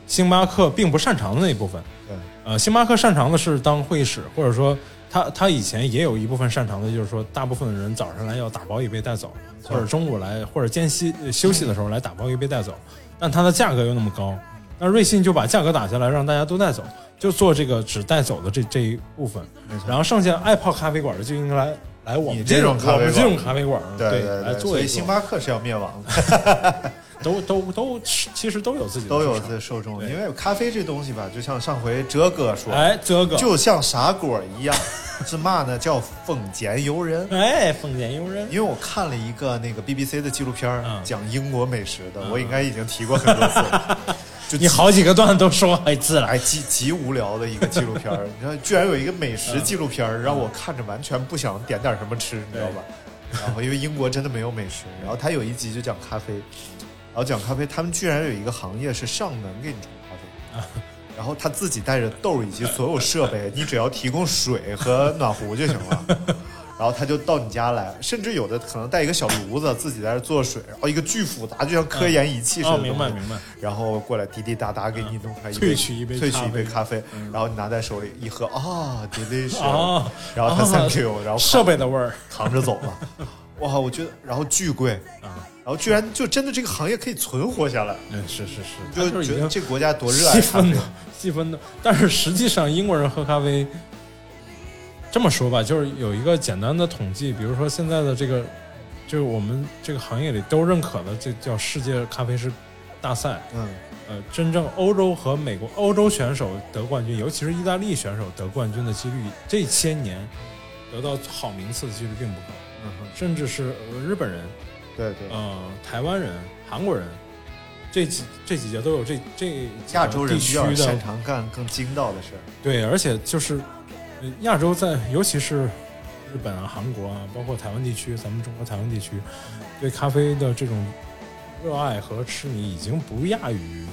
S11: 星巴克并不擅长的那一部分。
S10: 对
S11: 呃，星巴克擅长的是当会议室，或者说他他以前也有一部分擅长的，就是说大部分人早上来要打包一杯带走，或
S10: 嗯
S11: 者中午来或者间歇呃休息的时候来打包一杯带走，但它的价格又那么高，那瑞幸就把价格打下来，让大家都带走，就做这个只带走的这这一部分，然后剩下爱泡咖啡馆的就应该来来我
S10: 你
S11: 们
S10: 这
S11: 种
S10: 种咖啡
S11: 我们这
S10: 馆
S11: 种咖啡馆儿
S10: 对
S11: 来
S10: 对，
S11: 做
S10: 所
S11: 一
S10: 以
S11: 做
S10: 星巴克是要灭亡 的，
S11: 都都都其实都有自己的
S10: 都有
S11: 市场
S10: 这受众。
S11: 对
S10: 因为咖啡这东西吧，就像上回哲哥说，
S11: 哎，这个
S10: 就像啥果儿一样，是嘛呢？叫凤茧游人。
S11: 哎，封建游人
S10: 因。为我看了一个那个 BBC 的纪录片儿，
S11: 嗯
S10: 讲英国美食的，我应该已经提过很多 次了。就
S11: 你好几个段子都说好几次了，
S10: 哎，极极无聊的一个纪录片儿，你知道，居然有一个美
S11: 嗯
S10: 食纪录片儿，让我看着完全不想点点什么吃，你知道吧？然后因为英国真的没有美食，然后他有一集就讲咖啡，然后讲咖啡，他们居然有一个行业是上门给你冲咖
S11: 啊
S10: 啡，然后他自己带着豆儿以及所有设备，你只要提供水和暖壶就行了。然后他就到你家来，甚至有的可能带一个小炉子，自己在这做水，然后一个巨复杂，就像科研仪器似的、
S11: 哦明白明白。
S10: 然后过来滴滴答答给你弄出来一杯
S11: 萃取一杯
S10: 萃取一杯
S11: 咖嗯
S10: 咖啡，然后你拿在手里一喝，啊，delicious，、
S11: 哦
S10: 然后他
S11: 哦
S10: thank you，、然后
S11: 设备的味儿，
S10: 扛着走了。哇，我觉得，然后巨贵啊，然后居然就真的这个行业可以存活下来，
S11: 嗯，是是是，
S10: 就
S11: 他就是已
S10: 觉
S11: 经
S10: 得这国家多热爱
S11: 细
S10: 咖啡
S11: 分的，细分的。但是实际上，英国人喝咖啡，这么说吧，就是有一个简单的统计，比如说现在的这个，就是我们这个行业里都认可的，这叫世界咖啡师大赛。
S10: 嗯，
S11: 呃，真正欧洲和美国欧洲选手得冠军，尤其是意大利选手得冠军的几率，这些年得到好名次的几率并不高，
S10: 嗯哼，
S11: 甚至是呃日本人、
S10: 对对，
S11: 呃台湾人、韩国人。这几这几届都有这这几个
S10: 亚洲
S11: 地
S10: 人比
S11: 区
S10: 较
S11: 的
S10: 擅长干更精到的事儿，
S11: 对，而且就是呃亚洲在，尤其是日本啊、韩国啊，包括台湾地区，咱们中国台湾地区，对咖啡的这种热爱和痴迷，已经不亚于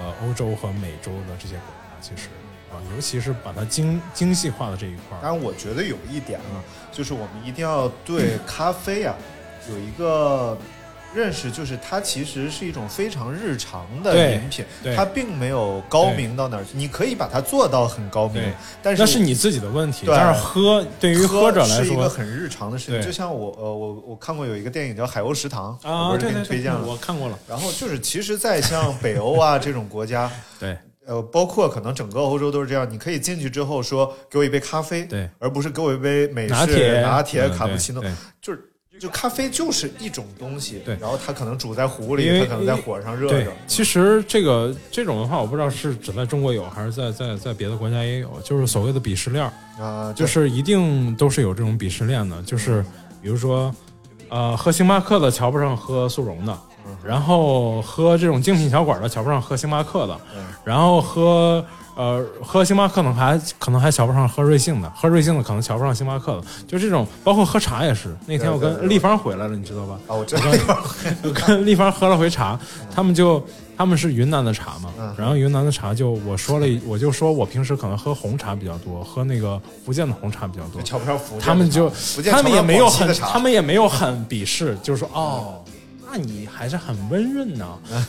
S11: 呃欧洲和美洲的这些国家。其实啊，尤其是把它精精细化的这一块
S10: 当
S11: 儿，
S10: 然，我觉得有一点啊，就是我们一定要 对咖啡啊有一个认识，就是它其实是一种非常日常的
S11: 对
S10: 饮品，
S11: 对
S10: 它并没有高明到哪儿去。你可以把它做到很高明
S11: 对，
S10: 但是
S11: 那是你自己的问题。
S10: 对啊
S11: 但是喝对于喝者来
S10: 是一个
S11: 说
S10: 很日常的事情。
S11: 对
S10: 就像我呃，我我看过有一个电影叫《海鸥食堂》，我
S11: 啊，
S10: 不是
S11: 对
S10: 给你
S11: 对
S10: 推
S11: 对
S10: 荐，了。
S11: 我看过了，
S10: 然后就是，其实，在像北欧啊这种国家，
S11: 对
S10: 呃，包括可能整个欧洲都是这样。你可以进去之后说，给我一杯咖啡，
S11: 对，
S10: 而不是给我一杯美式
S11: 拿铁
S10: 拿铁、
S11: 嗯
S10: 卡布
S11: 对
S10: 奇诺
S11: 对，
S10: 就是就咖啡就是一种东西。
S11: 对
S10: 然后它可能煮在壶
S11: 因
S10: 里，
S11: 为
S10: 它可能在火上热
S11: 对
S10: 着。，
S11: 其实这个这种文化，我不知道是只在中国有，还是在在在别的国家也有，就是所谓的鄙视链儿。
S10: 啊，
S11: 就
S10: 就是
S11: 是一定都是有这种鄙视链的，就是比如说，呃，喝星巴克的瞧不上喝速溶的，
S10: 嗯
S11: 然后喝这种精品小馆的瞧不上喝星巴克的，
S10: 嗯
S11: 然后喝呃喝星巴克的还可能还瞧不上喝瑞幸的，喝瑞幸的可能瞧不上星巴克的，就这种，包括喝茶也是。那天我
S10: 对对对
S11: 跟立方回来了，你知道吧？
S10: 啊，我知道，
S11: 我跟立方喝了回茶，他们就他们是云南的茶嘛，
S10: 嗯
S11: 然后云南的茶就我说了一，我就说我平时可能喝红茶比较多，喝那个福建的红茶比较多，
S10: 瞧不上福建的茶
S11: 他们就
S10: 福建
S11: 他们也没有
S10: 瞧不上广西
S11: 很
S10: 的茶
S11: 他们也没有很鄙视，就是说哦。那你还是很温润呢、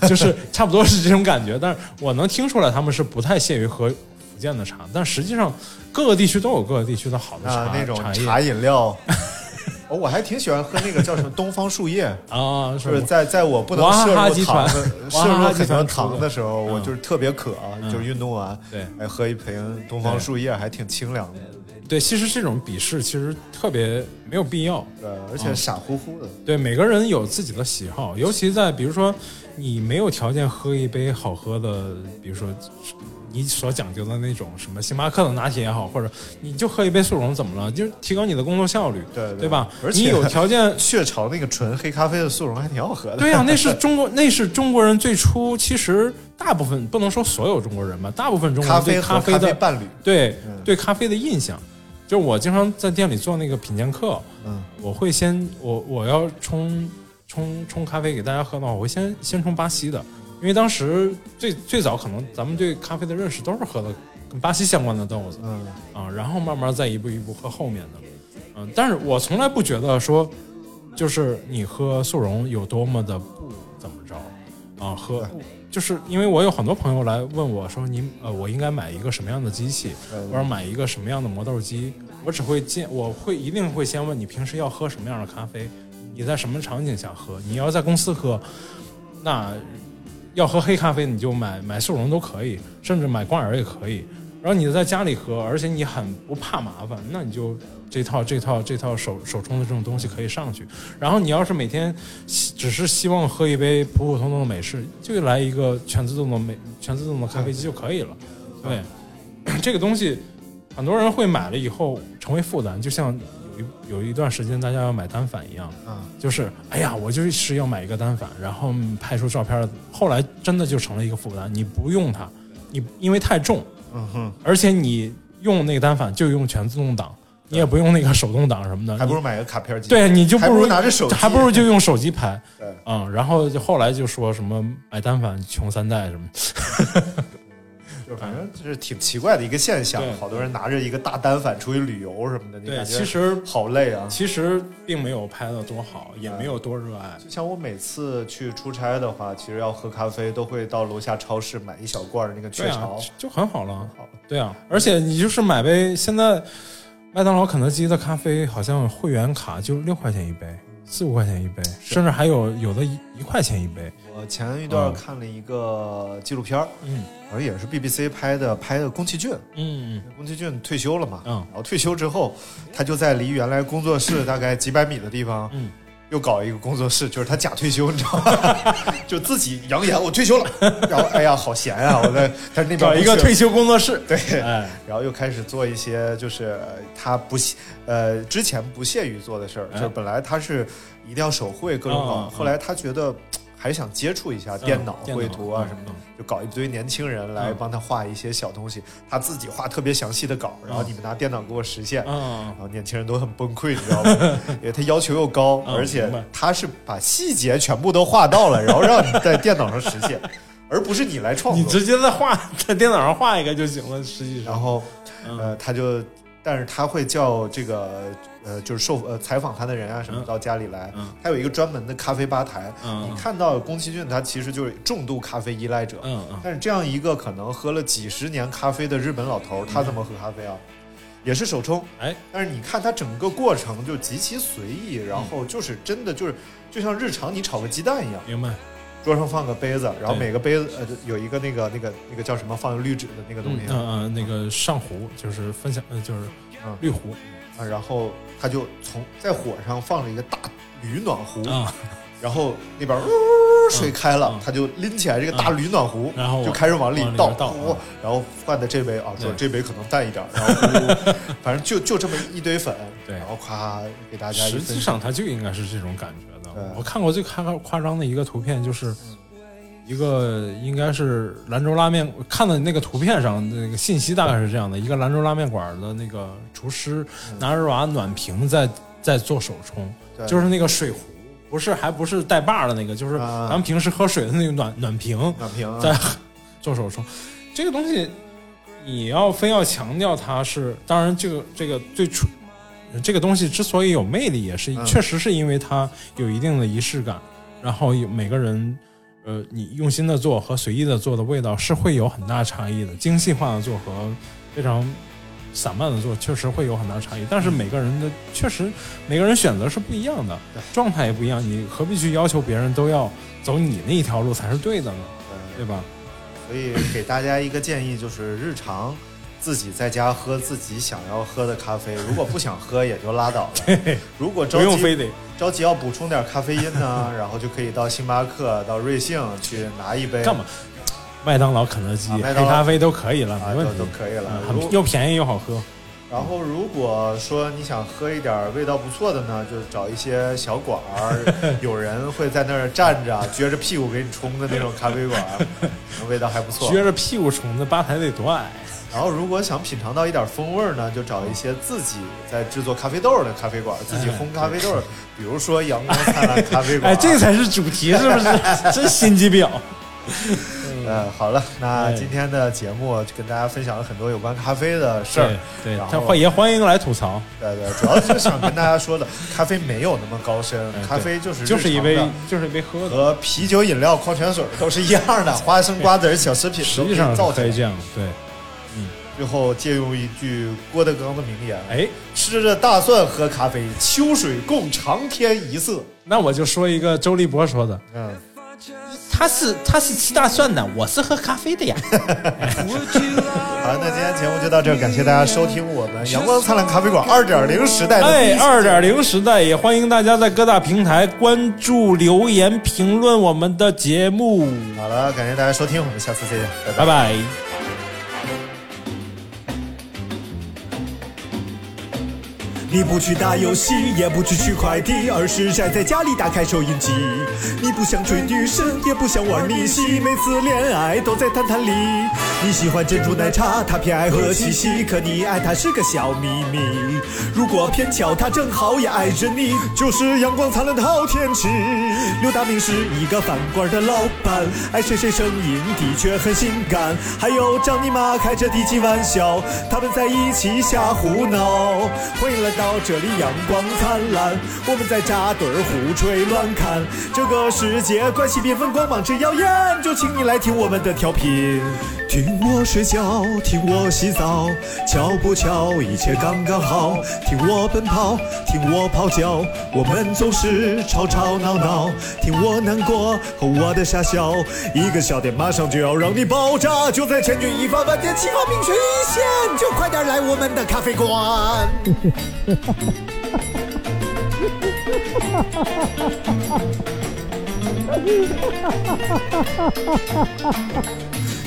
S11: 就是差不多是这种感觉。但是我能听出来，他们是不太屑于喝福建的茶，但实际上各个地区都有各个地区的好的茶、
S10: 啊，那种
S11: 茶叶
S10: 茶饮料。 哦，我还挺喜欢喝那个叫什么东方树叶，
S11: 啊，
S10: 就是是
S11: 吗
S10: 在在我不能
S11: 娃哈
S10: 摄
S11: 哈
S10: 入
S11: 集
S10: 糖
S11: 团
S10: 的摄
S11: 娃哈
S10: 入
S11: 哈
S10: 很
S11: 集
S10: 多
S11: 团
S10: 糖
S11: 出
S10: 的
S11: 的嗯
S10: 时候，我就是特别渴，啊就是运动完，
S11: 对
S10: 哎，喝一瓶东方树叶还挺清凉的，
S11: 对，其实这种鄙视其实特别没有必要。
S10: 对，呃
S11: 嗯
S10: 而且傻乎乎的，
S11: 对，每个人有自己的喜好，尤其在比如说你没有条件喝一杯好喝的，比如说你所讲究的那种什么星巴克的拿铁也好，或者你就喝一杯速溶怎么了？就是提高你的工作效率，
S10: 对对
S11: 吧？
S10: 而且，
S11: 你有条件
S10: 雀巢那个纯黑咖啡的速溶还挺好喝的。
S11: 对啊呀、那是中国，那是中国人最初其实大部分不能说所有中国人吧，大部分中国
S10: 咖
S11: 人对
S10: 啡和
S11: 咖啡
S10: 咖
S11: 的
S10: 啡伴侣，
S11: 对、
S10: 嗯
S11: 对咖啡的印象，就是我经常在店里做那个品鉴课，
S10: 嗯，
S11: 我会先我我要冲冲冲咖啡给大家喝的话，我会先先冲巴西的，因为当时最最早可能咱们对咖啡的认识都是喝的跟巴西相关的豆子，
S10: 嗯
S11: 啊，然后慢慢再一步一步喝后面的，嗯，但是我从来不觉得说就是你喝速溶有多么的不怎么着啊，喝就是因为我有很多朋友来问我说你呃我应该买一个什么样的机器，
S10: 嗯
S11: 或者买一个什么样的磨豆机，我只会见我会一定会先问你平时要喝什么样的咖啡，你在什么场景下喝，你要在公司喝，那要喝黑咖啡你就买买速溶都可以，甚至买挂耳也可以。然后你在家里喝，而且你很不怕麻烦，那你就这套这套这套手手冲的这种东西可以上去。然后你要是每天希只是希望喝一杯普普通通的美式，就来一个全自动的美全自动的咖啡机就可以了。对， 这个东西很多人会买了以后成为负担，就像有一有一段时间大家要买单反一样，
S10: 嗯
S11: 就是哎呀，我就是要买一个单反，然后拍出照片，后来真的就成了一个负担，你不用它，你因为太重，
S10: 嗯哼，
S11: 而且你用那个单反就用全自动挡，你也不用那个手动挡什么的，
S10: 还不
S11: 你
S10: 如买个卡片机。
S11: 对，你就
S10: 还
S11: 如
S10: 不拿着手机，
S11: 还不如就用手机拍
S10: 对。
S11: 嗯，然后就后来就说什么买单反穷三代什么，
S10: 就是反正就是挺奇怪的一个现象
S11: 对，
S10: 好多人拿着一个大单反出去旅游什么的，你
S11: 对，
S10: 感觉
S11: 其实
S10: 好累啊。
S11: 其实并没有拍的多好，也没有多热爱。
S10: 就像我每次去出差的话，其实要喝咖啡都会到楼下超市买一小罐儿那个
S11: 对
S10: 雀
S11: 啊
S10: 巢，，
S11: 就很好了。
S10: 好
S11: 对啊，而且你就是买杯现在麦当劳、肯德基的咖啡，好像会员卡就六块钱一杯，四五块钱一杯，甚至还有有的一一块钱一杯。
S10: 我前一段
S11: 嗯
S10: 看了一个纪录片儿，
S11: 嗯
S10: 好像也是 BBC 拍的，拍的宫崎骏。
S11: 嗯
S10: 宫崎骏退休了嘛，
S11: 嗯
S10: 然后退休之后，他就在离原来工作室大概几百米的地方，
S11: 嗯
S10: 又搞一个工作室，就是他假退休，你知道吗？ 就自己扬言我退休了，然后哎呀好闲啊，我在他那边
S11: 找一个
S10: 不去
S11: 退休工作室。
S10: 对，
S11: 哎，
S10: 然后又开始做一些就是呃他不屑呃之前不屑于做的事儿，
S11: 哎
S10: 就是本来他是一定要手绘各种稿，
S11: 嗯嗯
S10: 后来他觉得。嘖还是想接触一下电脑
S11: 电脑
S10: 绘图啊
S11: 嗯
S10: 什么的
S11: 嗯，
S10: 就搞一堆年轻人来
S11: 嗯
S10: 帮他画一些小东西，他自己画特别详细的稿，然后
S11: 嗯
S10: 你们拿电脑给我实现，
S11: 嗯
S10: 然，后年轻人都很崩溃，你知道 吗？因为他要求又高，
S11: 嗯
S10: 而且
S11: 明白
S10: 他是把细节全部都画到了，然后让你在电脑上实现，而不是你来创
S11: 你
S10: 作。
S11: 直接在画在电脑上画一个就行了。实际
S10: 然
S11: 上，
S10: 后，
S11: 嗯
S10: 呃，他就，但是他会叫这个呃，就是受呃采访他的人啊什么
S11: 嗯
S10: 到家里来
S11: 嗯，
S10: 他有一个专门的咖啡吧台。
S11: 嗯
S10: 你看到宫崎骏，他其实就是重度咖啡依赖者。
S11: 嗯嗯，
S10: 但是这样一个可能喝了几十年咖啡的日本老头儿，他怎么喝咖啡啊？也是手冲，
S11: 哎，
S10: 但是你看他整个过程就极其随意，然后就是真的就是就像日常你炒个鸡蛋一样，
S11: 明白。
S10: 桌上放个杯子，然后
S11: 嗯对
S10: 每个杯子呃有一个那个那个那个叫什么放绿纸的那个东
S11: 嗯
S10: 西，
S11: 嗯嗯，那个上壶就是分享，呃，就是
S10: 嗯
S11: 绿壶
S10: 啊，然后他就从在火上放了一个大铝暖壶，
S11: 啊，
S10: 然后那边呜水开了，
S11: 嗯
S10: 他就拎起来这个大铝暖壶，
S11: 然后
S10: 就开始往里
S11: 往里
S10: 倒，
S11: 倒
S10: 呼
S11: 嗯
S10: 然后换的这杯啊，说
S11: 对
S10: 这杯可能淡一点，然后 呼反正就就这么一堆粉，
S11: 对
S10: 然后夸给大家一
S11: 实
S10: 分
S11: 际上它就应该是这种感觉的。
S10: 对
S11: 我看过最夸夸张的一个图片，就是一个应该是兰州拉面，看到那个图片上那个信息大概是这样的：一个兰州拉面馆的那个厨师拿着把暖瓶在在做手冲，
S10: 嗯对
S11: 就是那个水壶，不是还不是带把儿的那个，就是
S10: 啊
S11: 咱们平时喝水的那个暖暖瓶，
S10: 暖瓶 啊，
S11: 在做手术。这个东西，你要非要强调它是，当然这个这个最初，这个东西之所以有魅力，也是、
S10: 嗯
S11: 确实是因为它有一定的仪式感，然后有每个人。呃，你用心的做和随意的做的味道是会有很大差异的，精细化的做和非常散漫的做确实会有很大差异，但是每个人的确实每个人选择是不一样的，状态也不一样，你何必去要求别人都要走你那一条路才是对的呢？对吧？
S10: 所以给大家一个建议，就是日常自己在家喝自己想要喝的咖啡，如果不想喝也就拉倒了。如果着
S11: 不用
S10: 急
S11: 非得
S10: 着急要补充点咖啡因 呢，然后就可以到星巴克、到瑞幸去拿一杯，
S11: 干嘛？麦当劳、肯德基、
S10: 啊麦
S11: 黑
S10: 当劳
S11: 咖啡都可以了，
S10: 啊
S11: 没问
S10: 都
S11: 题，
S10: 都可以了
S11: 嗯。
S10: 如
S11: 很又便宜又好喝。
S10: 然后如果说你想喝一点味道不错的呢，就找一些小馆 儿，有人会在那儿站着撅着屁股给你冲的那种咖啡馆儿，可能味道还不错。
S11: 撅着屁股虫子，吧台得多矮？
S10: 然后，如果想品尝到一点风味儿呢，就找一些自己在制作咖啡豆儿的咖啡馆，自己烘咖啡 豆儿，比如说阳光灿烂咖啡馆。
S11: 哎，这才是主 题，是不是？真心机婊。
S10: 呃，好了，那
S11: 哎
S10: 今天的节目就跟大家分享了很多有关咖啡的事儿
S11: 对。对
S10: 然，
S11: 他
S10: 后
S11: 欢也欢迎来吐槽。
S10: 对对，主要就是想跟大家说的，咖啡没有那么高深
S11: 哎，
S10: 嗯咖
S11: 对
S10: 啡就是
S11: 就是一
S10: 日
S11: 杯
S10: 常的
S11: 就是一杯喝的，
S10: 和啤酒、饮料、矿泉水都是一样的，花生、瓜子儿、小食品
S11: 实
S10: 都可
S11: 际
S10: 以
S11: 上
S10: 造
S11: 可以
S10: 成。
S11: 这样。对，
S10: 最后借用一句郭德纲的名言：
S11: 哎，
S10: 吃着大蒜喝咖啡，秋水共长天一色。
S11: 那我就说一个周立波说的，
S10: 嗯，
S1: 他是他是吃大蒜的，我是喝咖啡的呀。
S10: 好，那今天节目就到这儿，感谢大家收听我们阳光灿烂咖啡馆二点零时代的第一
S11: 哎，
S10: 期
S11: 二点零时代也欢迎大家在各大平台关注、留言、评论我们的节目，
S10: 好了，感谢大家收听，我们下次再见，
S11: 拜
S10: 拜拜。
S11: 拜。
S9: 我
S10: 你不去打游戏，也不去取快递，而是宅在家里打开收音机。你不想追女神，也不想玩逆袭，每次恋爱都在谈谈里。你喜欢珍珠奶茶，他偏爱喝西西，可你爱他是个小秘密。如果偏巧他正好也爱着你，就是阳光灿烂的好天气。刘大明是一个饭馆的老板，爱谁谁声音的确很性感。还有张尼玛开着低级玩笑，他们在一起瞎胡闹。欢迎来到这里，阳光灿烂，我们在扎堆儿胡吹乱侃。这个世界关系缤纷，光芒之耀眼，就请你来听我们的调频。听我睡觉，听我洗澡，巧不巧，一切刚刚好。听我奔跑，听我咆哮，我们总是吵吵闹闹。听我难过和我的傻笑，一个笑点马上就要让你爆炸，就在千钧一发、万箭齐发、命悬一线，就快点来我们的咖啡馆。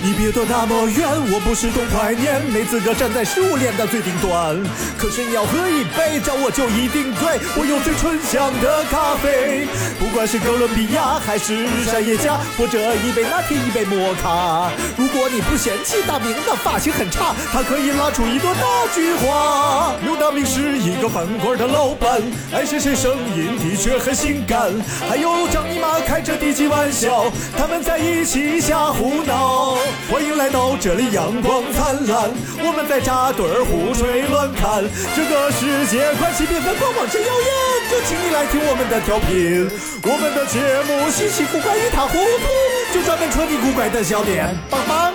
S10: 你别躲那么远，我不是懂怀念，没资格站在食物链的最顶端。可是你要喝一杯，找我就一定对，我有最醇香的咖啡。不管是哥伦比亚还是山野家，或者一杯拿铁一杯摩卡。如果你不嫌弃大明的发型很差，他可以拉出一朵大菊花。刘大明是一个饭馆的老板，爱谁谁声音的确很性感。还有张尼玛开着低级玩笑，他们在一起瞎胡闹。欢迎来到这里，阳光灿烂，我们在扎堆儿胡吹乱侃。这个世界关系缤纷，光芒真耀眼。就请你来听我们的调频，我们的节目稀奇古怪一塌糊涂，就专门戳你古怪的笑点，棒棒。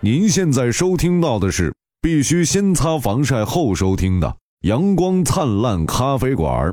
S8: 您现在收听到的是必须先擦防晒后收听的《阳光灿烂咖啡馆》。